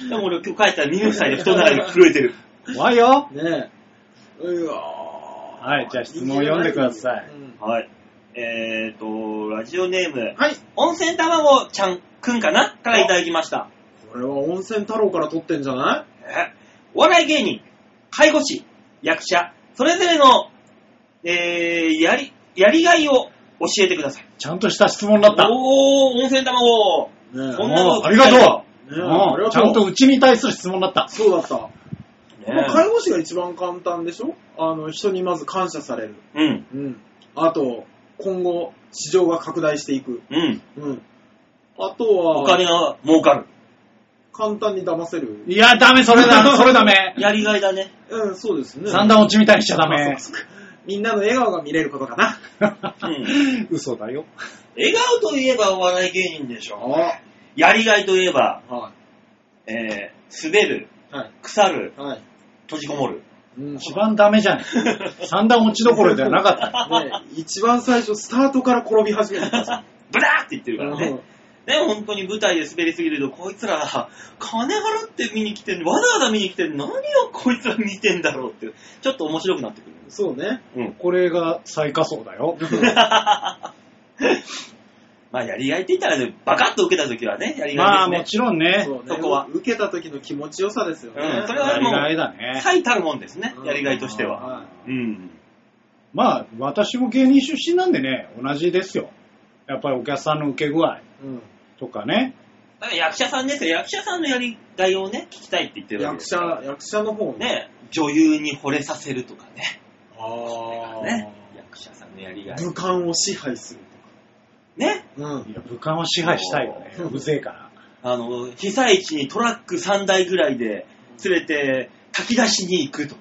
あれでも俺今日帰ったら耳塞いで布団の中で震えてる。怖いよねえ。うわーはいじゃあ質問読んでくださいうんはい。えーと、ラジオネーム、はい。温泉卵ちゃんくんかなからいただきました。これは温泉太郎から取ってんじゃないえお笑い芸人、介護士、役者、それぞれの、えー、やり、やりがいを教えてください。ちゃんとした質問だった。おー、温泉卵。ねえこんなのおーありがとうねえうんありがとうちゃんとうちに対する質問だった。そうだった。まあね介護士が一番簡単でしょあの、人にまず感謝される。うん、うん。あと、今後、市場が拡大していく。うん。うん。あとは、お金が儲かる。簡単に騙せる。いや、ダメ、それ ダメ、それダメ。やりがいだね。うん、そうですね。三段落ちみたいにしちゃダメあ。そうかそうかみんなの笑顔が見れることかな。ん嘘だよ。笑顔といえばお笑い芸人でしょ。はやりがいといえば、い。はえー、滑る、い。腐る、はい。閉じこもる。 うん一番ダメじゃん。三段落ちどころじゃなかった。ね、一番最初、スタートから転び始めたんですよ。ブラーって言ってるからね。ね、本当に舞台で滑りすぎると、こいつら、金払って見に来てんわざわざ見に来てん何をこいつら見てんだろうって、ちょっと面白くなってくるんうんです。そうね。うん。これが最下層だよ。まあ、やりがいって言ったらね、バカッと受けた時はね、やりまがあいもですちろんね。そうねそこは受けた時の気持ちよさですよね。うんそれはやりがいだねね。。最たるもんですねう、んやりがいとしては。はうん。まあ私も芸人出身なんでね、同じですよ。やっぱりお客さんの受け具合い。うんとかね。だから役者さんですよ、役者さんのやりがいをね、聞きたいって言ってるわけ役です者から。、役者の方。ね、女優に惚れさせるとかね。ああ。ね。役者さんのやりがい。武漢を支配するね。とか。うん。いや、武漢は支配したいよね。そううぜえから。あの、被災地にトラック3台ぐらいで連れて炊き出しに行くとか。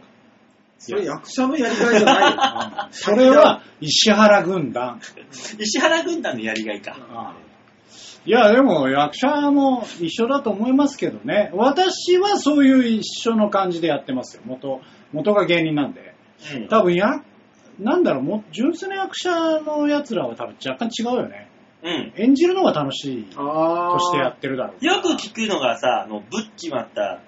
それ役者のやりがいじゃないよ。うんそれは石原軍団。石原軍団のやりがいか。いや、でも役者も一緒だと思いますけどね。私はそういう一緒の感じでやってますよ。元、元が芸人なんで。うん多分や、なんだろう、もう純粋な役者の奴らは多分若干違うよね。うん。演じるのが楽しいあとしてやってるだろう。よく聞くのがさ、あの、ぶっちまった、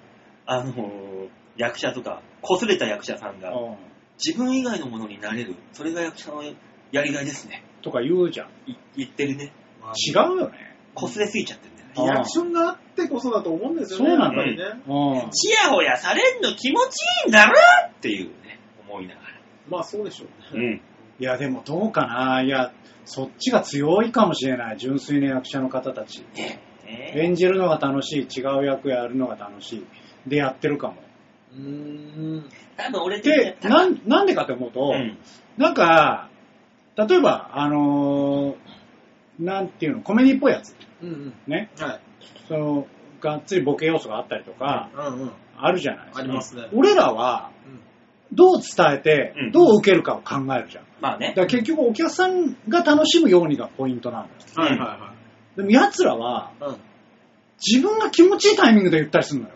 あのー役者とか、擦れた役者さんが、うん自分以外のものになれる。それが役者のやりがいですね。とか言うじゃん。い言ってるね。違うよね。擦れすぎちゃってるんだよね。あリアクションがあってこそだと思うんですよね。そうなんやだっぱりね。うん。ちやほやされんの気持ちいいんだろっていうね、思いながら。まあそうでしょううね。ん。いや、でもどうかな。いや、そっちが強いかもしれない。純粋な役者の方たち。ね演じるのが楽しい。違う役やるのが楽しい。でやってるかも。うーん。多分俺的にはで、なん、なんでかって思うと、うん。なんか、例えば、あのーなんていうの、コメディっぽいやつ。うんうん。ね。はい。その、がっつりボケ要素があったりとか、うんうん。あるじゃないありますね。俺らは、うんどう伝えてうん、どう受けるかを考えるじゃん。まあねだか。ら結局お客さんが楽しむようにがポイントなんだよ。はいはでも奴らはいはい。うん。自分が気持ちいいタイミングで言ったりするのよ。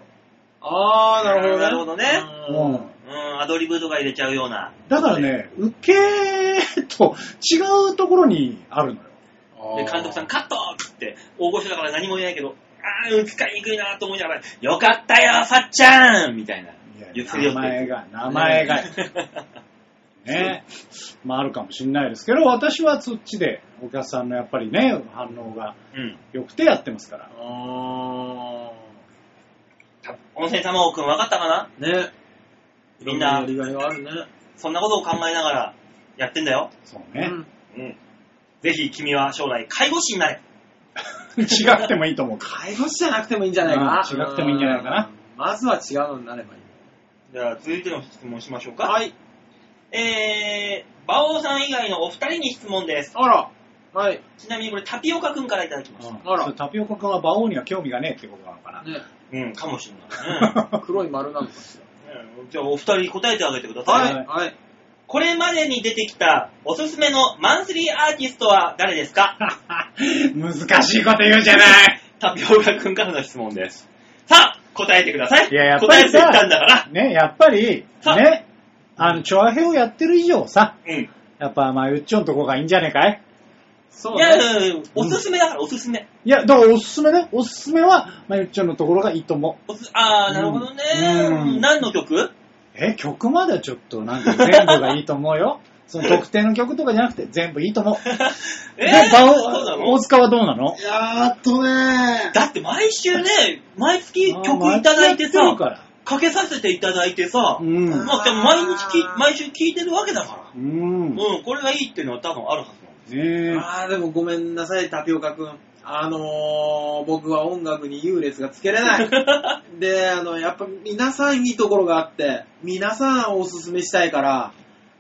あー、なるほどね。なるほどねううんんうん、アドリブとか入れちゃうような。だからね、受けと違うところにあるのよ。で、監督さん、。カットって、大御所だから何も言えないけど、あー、使いにくいなと思いながら、よかったよ、さっちゃんみたいな。いや言ってるよ名前が、名前が。ね。まああるかもしれないですけど、私はそっちでお客さんのやっぱりね、反応が うん。良くてやってますから。あた温泉卵くん分かったかなー。ね。みんなやりがいがあるね。そんなことを考えながらやってんだよ。そうね。うん。ぜひ君は将来介護士になれ。違くてもいいと思うか介護士じゃなくてもいいんじゃないかな。うん違くてもいいんじゃないかなうん。まずは違うのになればいい。じゃあ続いての質問しましょうか。はい。えー、馬王さん以外のお二人に質問です。あら。はい。ちなみにこれタピオカくんからいただきました。ら。あらそれタピオカ君は馬王には興味がねえってことなのかな。ね。うん、かもしれない。 黒い丸なのかしうんじゃあお二人答えてあげてくだら。さい。は。はいいはい。これまでに出てきたおすすめのマンスリーアーティストは誰ですか 難しいこと言うじゃないタピオカくんからの質問です。さあ、答えてください。いややっぱ答えりて言ったんださか、ね、やっぱり、さね、あの、チョアヘをやってる以上さ、ら。うん。やっぱ、まあ、うっちょんとこがいいんじゃねえかいそういや、ね。うんおすすめだから、おすすめ。いや、だからおすすめね。おすすめは、まあ、ゆっちょんのところがいいと思う。おすあー、なるほどね。うん何の曲え、曲まではちょっと、なんか全部がいいと思うよ。 その特定の曲とかじゃなくて、全部いいと思う。えで、ー、バそうなオ、の大塚はどうなのいやーっとねだって毎週ね、毎月曲いただいてあーまあやってるさ、からかけさせていただいてさ、うんまあでも毎日き、毎週聴いてるわけだから。うん。ねうん、これがいいっていうのは多分あるはずなんです。え。あー、でもごめんなさい、タピオカくん。あのー、僕は音楽に優劣がつけれ ない。で、あの、やっぱ皆さんいいところがあって、皆さんおすすめしたいから、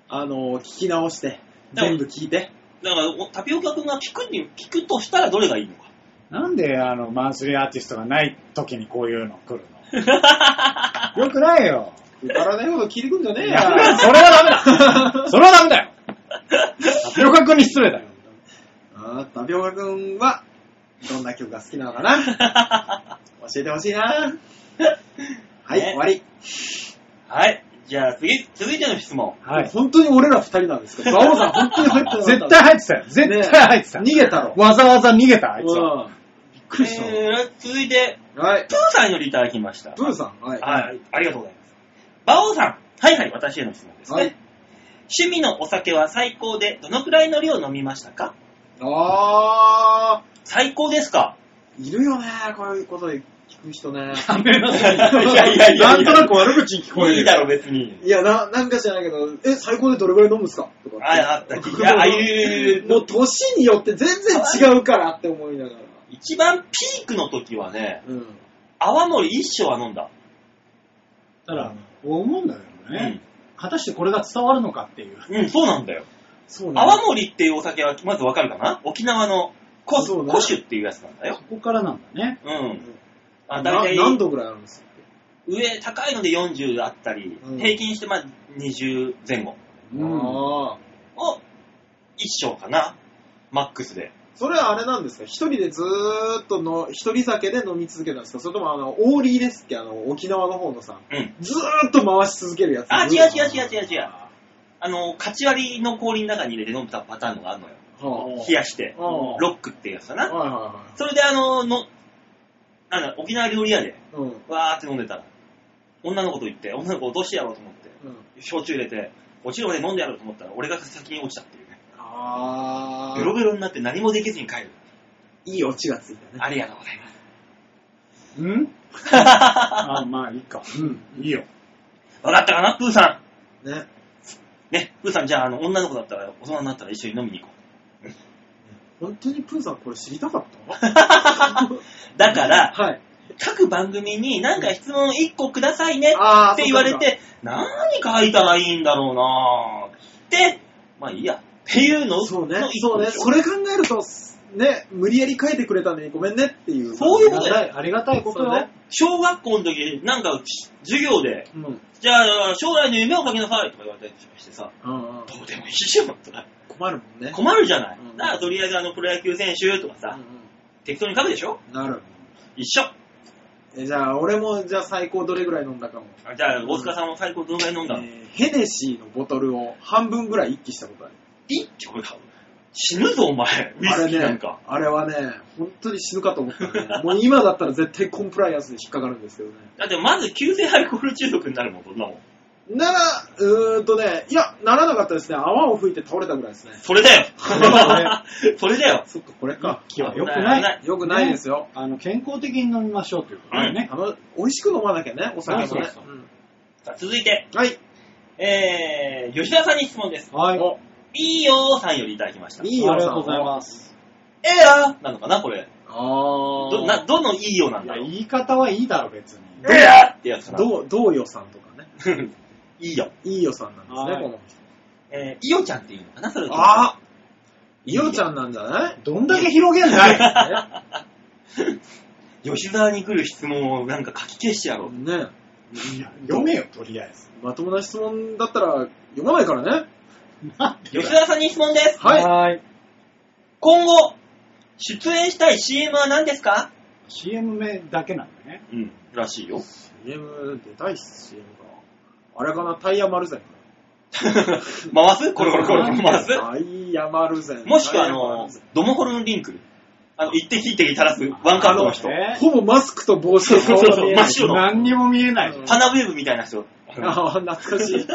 あのー、聞き直して、全部聞いて。だからお、タピオカ君が聞くに、聞くとしたらどれがいいのか。なんで、あの、マンスリーアーティストがない時にこういうの 来るのよくないよ。くだらないこと聞いてくんじゃねえいよや、。 それは ダメだそれはダメだよタピオカ君に失礼だよ。あータピオカくんは、どんな曲が好きなのかな 教えてほしいな。はい、ね終わり。はい。じゃあ次、続いての質問。はい。本当に俺ら二人なんですけど、バオさん本当に入ってなかった絶対入ってたよ。絶対入ってた。ね逃げたろ。わざわざ逃げた、あいつは。うんびっくりした。えー続いて、はい。プーさんよりいただきました。プーさん、はい。はい。ありがとうございます。バオさん。はいはい、私への質問ですね。はい。趣味のお酒は最高で、どのくらいの量飲みましたかあ最高ですかー、いるよね、こういうこと聞く人 ね。やめなさいなんとなく悪口に聞こえる。いいだろ、別に。いや、な、なんか知らないけど、え、最高でどれぐらい飲むんすかとかって。ああったいやああいうもう年によって全然違うからって思いながら。一番ピークの時はね、うん。泡盛一升は飲んだ。ただ、思うんだけどね、果たしてこれが伝わるのかっていう。うん、そうなんだよ。そうなんだ泡盛っていうお酒はまずわかるかな沖縄のコスそうだねコシュっていうやつなんだよそ。こからなんだね。うん。あ、な大体、何度ぐらいあるんですか上、高いので40あったり、うん平均してまあ20前後うん。ああ。を一升かな。マックスで。それはあれなんですか一人でずーっとの、一人酒で飲み続けたんですかそれともあの、オーリーですっけあの、沖縄の方のさ、うん。ずーっと回し続けるやつ。あ、違う違う違う違う違う。はあの、カチ割りの氷の中に入れて飲んだパターンのがあるのよ。あは冷やして。ああロックっていうやつかいな。はいはそれであの、の、なんだ、沖縄料理屋で、い。うん。うん。わーって飲んでたら、女の子と言って、女の子落としてやろうと思って、焼酎入れて、落ちるまで飲んでやろうと思ったら、俺が先に落ちたっていうね。あベロベロになって何もできずに帰る。いいオチがついたね。ありがとうございます。うん あ、まあいいか。うん。いいよ。わかったかな、プーさね。ん。ね、プーさん、じゃあ、あの、女の子だったら、大人になったら一緒に飲みに行こう。本当にプーさんこれ知りたか っただから、はい。各番組になんか質問1個くださいねあーって言われそうかて、何書いたらいいんだろうなぁって、まあいいや、っていうのそうねの、一そ個うね。でしょそれ考えると、ね、無理やり書いてくれたのにごめんねっていう。そういうことだよありがたいことそうよね。小学校の時、なんか授業で、うん。うんじゃあ将来の夢を書きなさいとか言われたりしてさ、うんどうでもいいじゃんとか、困るもんね。困るじゃない。うんだからとりあえずあのプロ野球選手とかさ、うん適当に書くでしょうんなる。一緒。えじゃあ、俺も、じゃあ最高どれぐらい飲んだかも。じゃあ大塚さんも最高どのぐらい飲んだの、えーヘネシーのボトルを半分ぐらい一気したことある。一挙だ。死ぬぞお前、ウイあスれキーなんねか。、あれはね、本当に死ぬかと思った、ね。もう今だったら絶対コンプライアンスで引っかかるんですけどね。だってまず急性アルコール中毒になるもん、そんなもん。なら、うーんとね、いや、ならなかったですね。泡を吹いて倒れたぐらいですね。それだよそれは それだよそっか、これか。気は良くな危いないよくないですよ。あの、健康的に飲みましょうということだね。あの、美味しく飲まなきゃね、お酒もねそうそう。うんさあ続いて、はい。えー、吉田さんに質問です。はい。おいいよーさんよりいただきました。いえいよ、ありがとうございす。ます。ーやーなのかなこれ。あど、な、どのいいよなんいだや、ろう。言い方はいいだろ、別に。どうやってやつかな。どう、どうよさんとかね。う いいよ。いいよさんなんですね、はいこのえー、いよちゃんっていうのかなそれ人。あいよちゃんなんじゃないどんだけ広げんだい吉沢に来る質問をなんか書き消してやろう。ねいや読めよ、とりあえず。まともな質問だったら読まないからね。吉沢さんに質問です。はいはい。今後、出演したい CM は何ですか CM 名だけなんだね。うん、らしいよ。 CM 出たいっす、CM が。あれかな、タイヤ丸膳。回すコロコロコロコロ回すタイヤ丸膳。もしくはあタイヤの丸膳、ドモホルンリンクル。あの、一滴一滴垂らすワンカットの人。ねほぼマスクと帽子の顔そうそうがそう見 え真なっい。白の何にも見えない。うん花ウェーブみたいな人。ああ、懐かしい。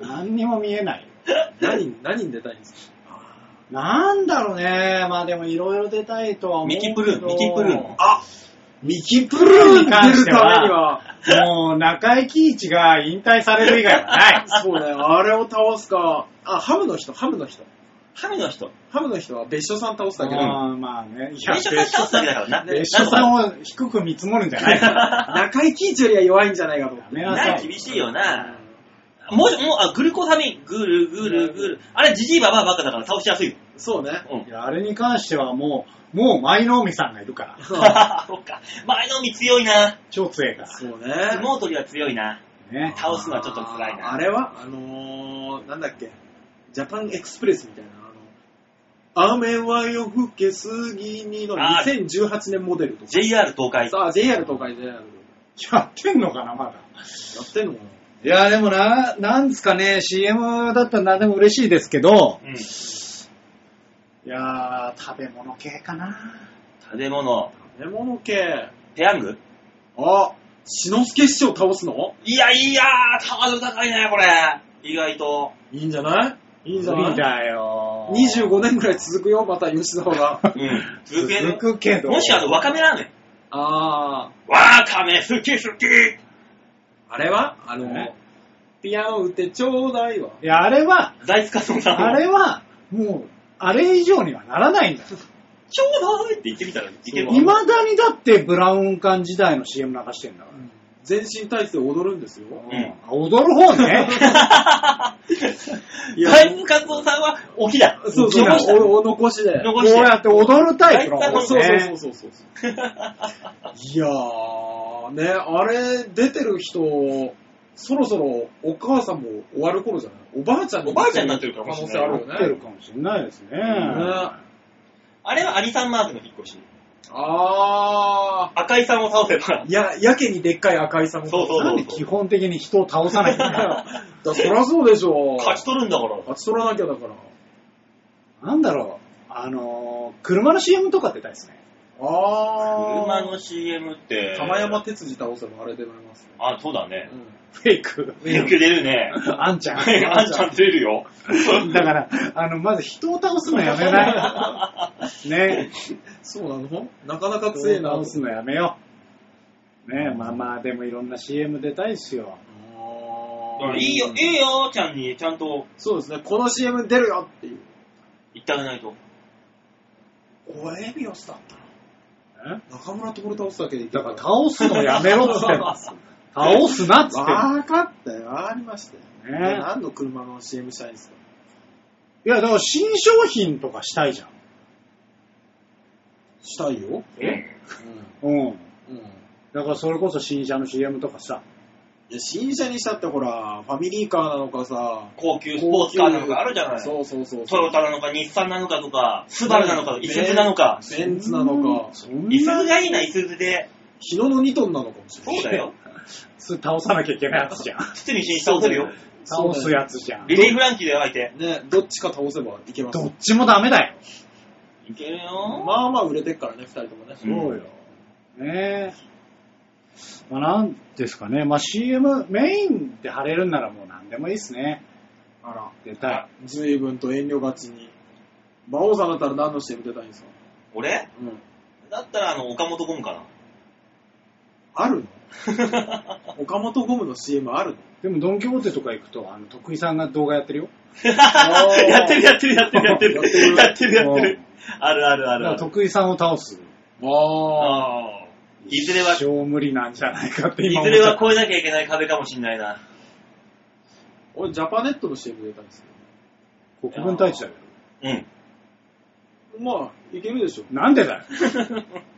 何にも見えない。何、何に出たいんですかなんだろうね。まあでもいろいろ出たいとは思うけミど。キプルーン、ミキプルーン。あミキププルルーーンンにに関出しるてためには、は、もう中井貴一が引退される以外は ない。そうね、あれを倒すか、あ、ハムの人、ハムの人。ハムの人。ハムの人は別所さん倒すだけど、あーまあね。いや、電車から倒すだけだからな。別所さんを低く見積もるんじゃ ないから。中井貴一よりは弱いんじゃないかと思って。やめななさい、い。厳しいよな。もう、もう、あ、グルコサミン。グルグルグル。あれ、ジジイババアばっかだから倒しやすいよ。そう ね。うんい。やあれに関してはもう、もう舞の海さんがいるから。 そっか。前のみ強いな。超強いから。そうね。相撲取りは強いな。ね。倒すのはちょっと辛いなあーあれはあのー、なんだっけ、ジャパンエクスプレスみたいな、あの、雨は夜更けすぎにのあ2018年モデルとか。 JR 東海。さあ、JR 東海でややってんのかな、まだ。ってんのかないや、でもな、なんですかね、CM だったら何でも嬉しいですけど、うん。いやー、食べ物系かな。食べ物。食べ物系。ペヤングあ、しのすけ師匠倒すのいやいやー、ハードル高いね、これ。意外と。いいんじゃないいいんじゃ無な理いだよ。 25年くらい続くよ、また吉沢 が。うん。続け続くけど。もしあの、わかめラーメン。あわかめ好き好きー、あれはあのね、ピアノ打ってちょうだいわ。いや、あれは、大塚さんさんもあれは、もう、あれ以上にはならないんだよ。ちょうどいって言ってみたらいけるわいまだにだってブラウン管時代の CM 流してんだか全身体制踊るんですよ。ら。うん踊る方 ね。いや 大塚和夫さんは、おひだ。そうそう、残したおお残しで。こ残うして。やって踊るタイプの大方ね。体そうそうそうそうそう。いやー、ね、あれ、出てる人、そろそろお母さんも終わる頃じゃないおばあちゃんおばあちゃんになってるかも可し能性れないあなるってよるね。かもしれないですね。ねあれはアリさんマークの引っ越し。あ赤井さんを倒せばー、。や、やけにでっかい赤いさんも。そうそうなんで基本的に人を倒さないんだよ。だそりゃそうでしょう。勝ち取るんだから。勝ち取らなきゃだから。なんだろう、あのー、車の CM とか出たいですね。あー、車の CM って。玉山哲司倒せばあれでなりますね。あ、そうだねう。んフェイク。よく出るね。あんち ゃん。あんちゃん出るよ。だから、あの、まず人を倒す のや めない。ね。そうなのなかなか強い人な。を倒すのやめよう。ねまあまあ、でもいろんな CM 出たいっすよ。あー いいよ、いいよ、ちゃんにちゃんとそうですね、この CM 出るよっていう。言ってあげないと。これエビオスだったな。え中村徹倒すだけでいだから倒すのやめろっつっ てんの倒すなっつってんのわかったよ、ありましたよ。ねで何の車の CM したいんですかいや、だから新商品とかしたいじゃん。したいよ。えうん。うん。うん。だからそれこそ新車の CM とかさ。いや、新車にしたってほら、ファミリーカーなのかさ、高級スポーツカーなのかあるじゃない。そうそうそうトそう。ヨタなのか、日産なのかとか、スバルなのか、イスズなのか。ベンツなのか、そんイスズな、がいいな、イスズで。日野の2トンなのかもしれそうない。だよ。倒さなきゃいけないやつじゃん。堤真一倒せるよ。倒すやつじゃん。リリー・フランキーだよ、相手。ね、どっちか倒せばいけますど。っちもダメだよ。いけるよ。まあまあ売れてっからね、2人ともね。うんそうよ。ねえ。まあ、なんですかね。まあ、CM、メインで貼れるんならもう何でもいいですね。あら、出たい。随分と遠慮がちに。馬王さんだったら何の CM 出たいんですか俺うん。だったら、あの、岡本ゴムかあるのな。 岡本ゴムの CM あるのでも、ドン・キホーテとか行くと、あの、徳井さんが動画やってるよ。ーやってるやってるやってるやってる。ややってるやってるうん。あるあるあだるかあらる。徳井さんを倒す。ああ。あーいずれは、い一生無理なんじゃないかって今ず思っれちゃはった。越えなきゃいけない壁かもしんないな。俺、ジャパネットの CM 出たんです国分太一だよ。うん。けど。まあ、いけるでしょ。なんでだよ。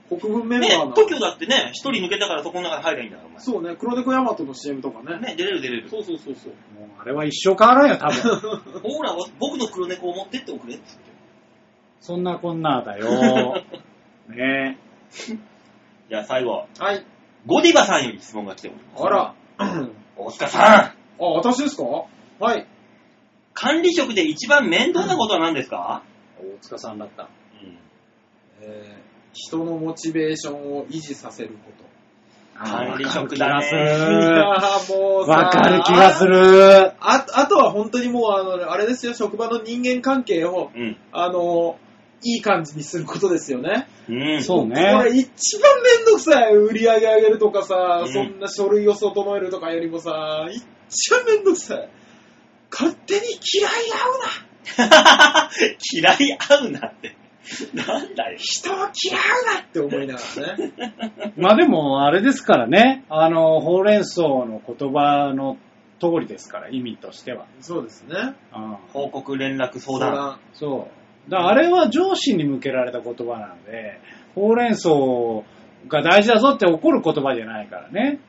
国分メンバねーな、の。東京だってね、一人抜けたからそこの中に入ればいいんだから、そうね、黒猫ヤマトの CM とかおね。前。ね、出れる出れる。そうそうそうそう。もう、あれは一生変わらんよ、多 分。ほら、僕の黒猫を持ってっておくれってそんなこんなだよ。ねえ。じゃあ最後、はい。ゴディバさんより質問が来ております。あら。大塚さん、あ、私ですかはい。管理職で一番面倒なことは何ですか、大塚さんだった。うんえー人のモチベーションを維持させる こと。管理職だねわあーもうさかる気がす る。ああとは本当にもうあの、あれですよ、職場の人間関係を、うん。あの、いい感じにすることですよね。うん。そうこね。れ一番めんどくさい。売り上げ上げるとかさ、うんそんな書類を整えるとかよりもさ、一番めんどくさい。勝手に嫌い合うな 嫌い合うなって。なんだよ。人は嫌うなって思いながらね。まあでも、あれですからね。あの、ほうれん草の言葉の通りですから、意味としては。そうですね。うん、報告連絡相談。そう。だからあれは上司に向けられた言葉なので、ほうれん草が大事だぞって怒る言葉じゃないからね。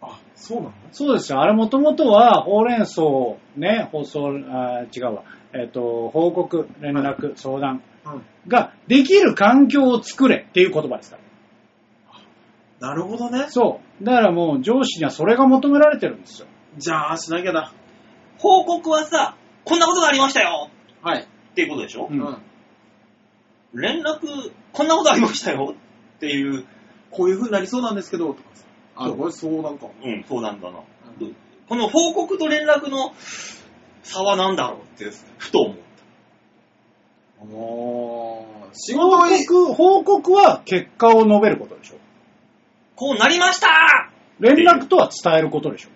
あ、そうなのそうですよ。あれもともとは、ほうれん草、ね、放送、あー違うわ。えっ、と、報告、連絡、相談うん。ができる環境を作れっていう言葉ですかなるほどねら。。そう。だからもう上司にはそれが求められてるんですよ。じゃあ、しなきゃだ。報告はさ、こんなことがありましたよはい。っていうことでしょ、うんうん連絡、こんなことありましたよっていう、こういう風になりそうなんですけど、とかさ。あ、そうこれそうなんか。うん、相談だな。うんどこの報告と連絡の差は何だろうって、ふと思っあー仕報事はいい。告、報告は結果を述べることでしょ。こうなりました連絡とは伝えることでしょ。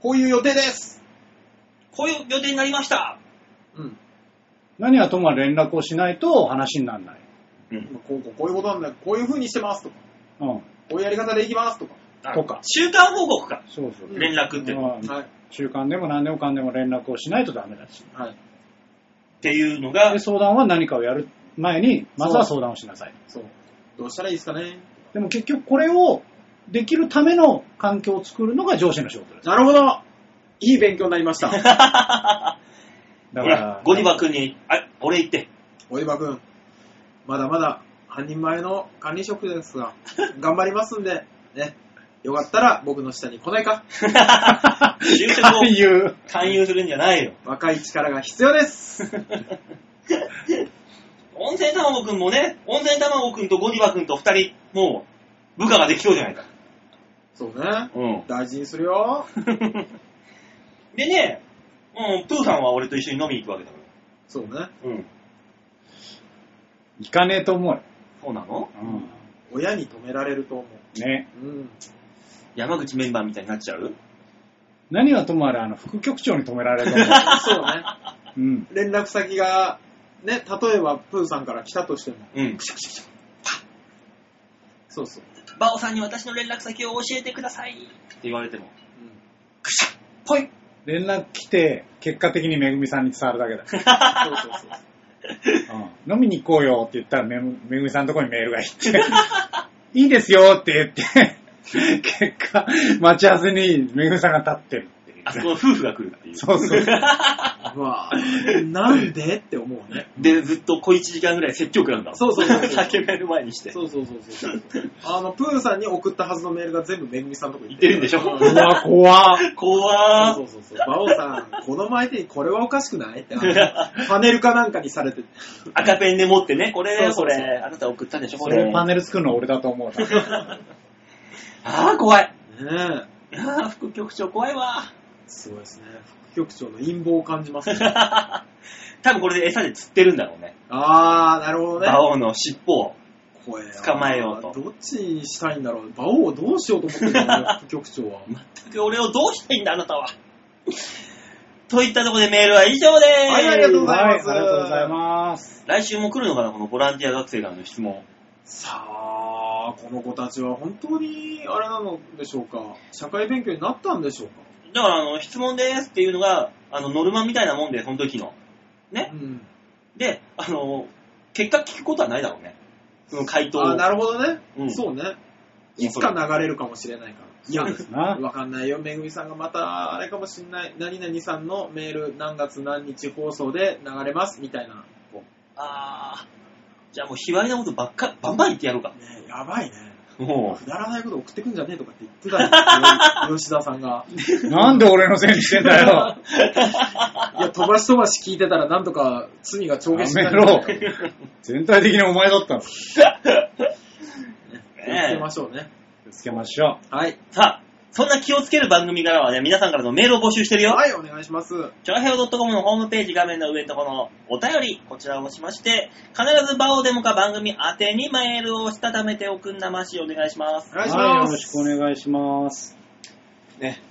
こういう予定です。こういう予定になりましたうん。何はともあれ連絡をしないと話にならない。うん。今こうこうこういうことなんだこういう風にしてますとか、うん。こういうやり方でいきますとか。とか中間報告か。そうそう。連絡って。っうんはい。中間でも何でもかんでも連絡をしないとダメだし。はい。ていうのがで、、相談は何かをやる前に、まずは相談をしなさい。そう。どうしたらいいですかね。でも結局これをできるための環境を作るのが上司の仕事です。なるほど。いい勉強になりました。 だほからら、、ゴディバ君に、あ、俺言って。おいばくん、まだまだ半人前の管理職ですが、頑張りますんで、ね。よかったら僕の下に来ないか。就 職勧を誘。勧誘するんじゃないよ。若い力が必要です。 温泉卵くんもね、温泉卵くんとゴディバくんと二人、もう、部下ができそうじゃないか。そうね。うん。大事にするよ。 でね、うん、プーさんは俺と一緒に飲みに行くわけだかそうね。ら。うん。いかねえと思うよ。そうなのうん。親に止められると思ね。う。 うん。山口メンバーみたいになっちゃう何はともあれ、あの、副局長に止められると思そうね。 う。うん。連絡先が、ね、例えばプーさんから来たとしても。うん。そうそう。バオさんに私の連絡先を教えてくださいって言われても。うんぽい連絡来て、結果的にめぐみさんに伝わるだけそうそうそう。だ。うん。飲みに行こうよって言ったらめぐ、めぐみさんのところにメールが 行って、いいですよって言って、結果、待ち合わせにめぐみさんが立ってるっていう。 あそこの夫婦が来るっていう。そうそう。うわぁ、なんでって思うね。で、ずっと小1時間ぐらい説教食らうんだ。そうそうそうそう 叫べる前にして。そうそうそうそう。あの、プーさんに送ったはずのメールが全部めぐみさんのとこに行ってるんでしょうわ、怖怖ー。そうそうそう。バオさん、子供相手にこれはおかしくないって、 あのパネルかなんかにされて、赤ペンで持ってね、これ、そうそこうそうれ、あなた送ったんでしょ、そこれれ。パネル作るの俺だと思う。ああ、怖い。ねえ、ああ、副局長怖いわ。 すごいですね。副局長の陰謀を感じますね。多分これで餌で釣ってるんだろうね。あー、なるほどね馬。王の尻尾を。これ捕まえようとどっちにしたいんだろう。バオをどうしようと思ってるんだろう、副局長は。俺をどうしたいんだ、あなたは。といったところでメールは以上です。はいありがとうございますはい、ありがとうございます。来週も来るのかな、このボランティア学生からの質問。さあ、この子たちは本当にあれなのでしょうか。社会勉強になったんでしょうか。だから、あの、質問ですっていうのが、あの、ノルマみたいなもんで、その時の。ねう。ん。で、あの、結果聞くことはないだろうね。その回答をあなるほどね、うんそうね。いつか流れるかもしれないから。いや、なわかんないよ。めぐみさんがまた、あれかもしんない。何々さんのメール、何月何日放送で流れます、みたいな。あー。じゃあもう、卑猥なことばっか、バンバン言ってやろうか。ね、やばいね。もくだらないこと送ってくんじゃねえとかって言ってたんです よ、吉田さんが。なんで俺のせいにしてんだよ。いや、飛ばし飛ばし聞いてたらなんとか罪が帳消やしにめなるんじゃろないかって。全体的にお前だったの。気言ってねましょうね。をつけましょはい。さあ、そんな気をつける番組からはね、皆さんからのメールを募集してるよ。はい、お願いします。チョアヘオ .com のホームページ画面の上のところのお便り、こちらを押しまして、必ず場をデモか番組宛てにメールをしたためておくんなましお願いしますお。う。願いします。はい、よろしくお願いします。ね。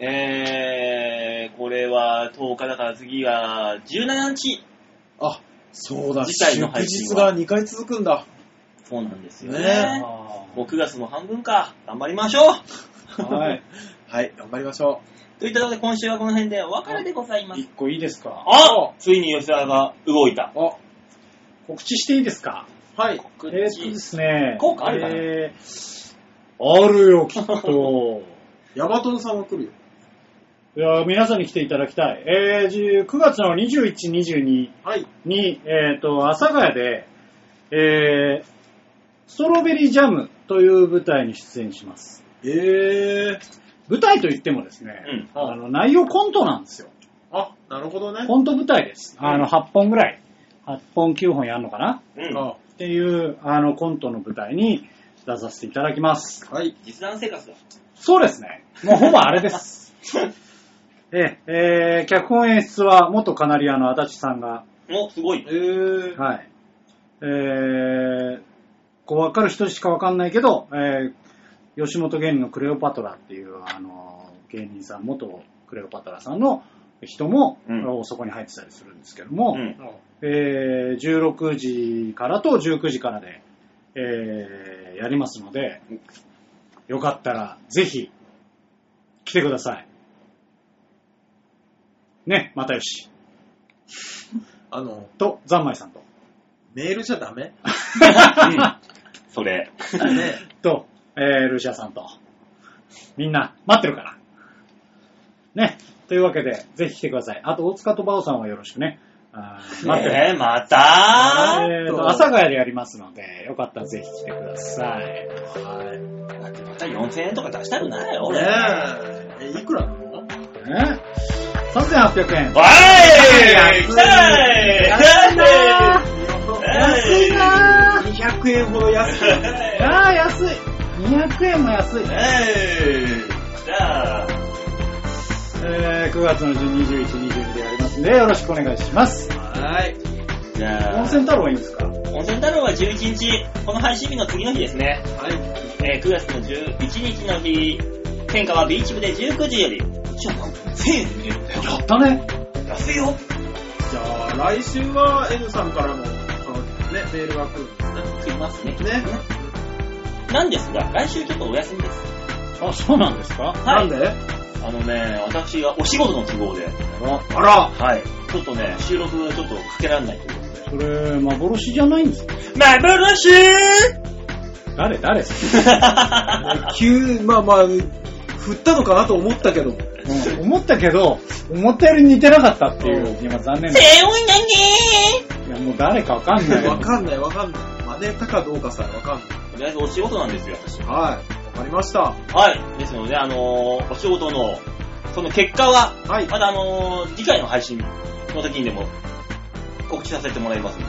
えー、これは10日だから次は17日。あ、そうだ、次回の祝配信日はが2回続くんだ。そうなんですよねね。あもう9月も半分か。頑張りましょうーはい。はい、頑張りましょといったところで今週はこの辺でお別れでございます一。個いいですかあついに吉沢が動いた。う。あ、告知していいですかはい。えーっとですね。効果あるかなえーあるよ、きっ と。ヤマトンさんは来るよ。いや皆さんに来ていただきたい。えーじゅう、9月の21、22はい。に、えっ、と、阿佐ヶ谷で、えー、ストロベリージャムという舞台に出演します。えー。舞台といってもですね、うんあの内容コントなんですよ。あ、なるほどね。コント舞台です。あうんの、8本ぐらい。8本、9本やるのかなうん。あっていう、あの、コントの舞台に出させていただきます。はい。実弾生活だ。そうですね。も うほぼあれです。えええー脚本演出は元カナリアの足立さんが、お、すごいえ。ー。はい。えー、こう分かる人しか分かんないけど、えー、吉本芸人のクレオパトラっていう、あのー芸人さん、元クレオパトラさんの人も、うんそこに入ってたりするんですけども、うん。えー、16時からと19時からで、えー、やりますので、よかったらぜひ来てください。ね、又吉あの、と、ざんまいさんと、メールじゃダメそれ。ね。と、えー、ルシアさんと、みんな待ってるから。ね、というわけで、ぜひ来てください。あと、大塚とバオさんはよろしくね。あー待ってる。えー、またえーと、阿佐ヶ谷でやりますので、よかったらぜひ来てください。はい。ねだってまた4000円とか出したくないよ、俺。え。え、いくらなのね、3800円。わーい行きたい安いなぁ。 200円ほど安く。ああ、安い。200円も安い。えー、じゃあ、えー、9月の21、22でやりますんで、よろしくお願いします。はい。じゃあ、温泉太郎はいいんですか温泉太郎は11日、この配信日の次の日ですね。はい。えー、9月の11日の日、天下はビーチ部で19時より、ちょ、1000円で見れるんだよ。やったね。安いよ。じゃあ、来週は N さんからの、そのね、メールが来るんですね。すいますね。ね。なんですが、来週ちょっとお休みです。あ、そうなんですかはい。であのね、私がお仕事の都合で、あらはい。ちょっとね、収録がちょっとかけられないということで。それ、幻じゃないんですか幻誰誰急、まあまあ、振ったのかなと思ったけど。うん、思ったけど、思ったより似てなかったっていう、今残 念だ。いセオイナギや、もう誰かわかんない。わかんないわかんない。真似たかどうかさえわかんない。とりあえずお仕事なんですよ、私。はい。わかりました。はい。ですので、あのーお仕事の、その結果は、はい。まだあのー次回の配信の時にでも告知させてもらいますんで。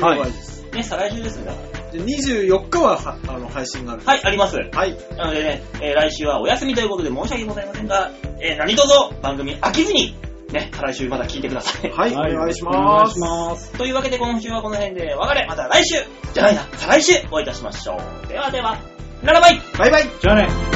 はい了解です。ね、再来週ですね。で24日ははあの配信がある。はい、あります。はい。なのでね、えー来週はお休みということで申し訳ございませんが、えー何卒番組飽きずに、ね、再来週また聞いてください。はい。はお願いしお願まいすし。ます。というわけで今週はこの辺でお別れ、また来週じゃないな、再来週お会いいたしましょう。ではでは、ならばいバイバイじゃあね。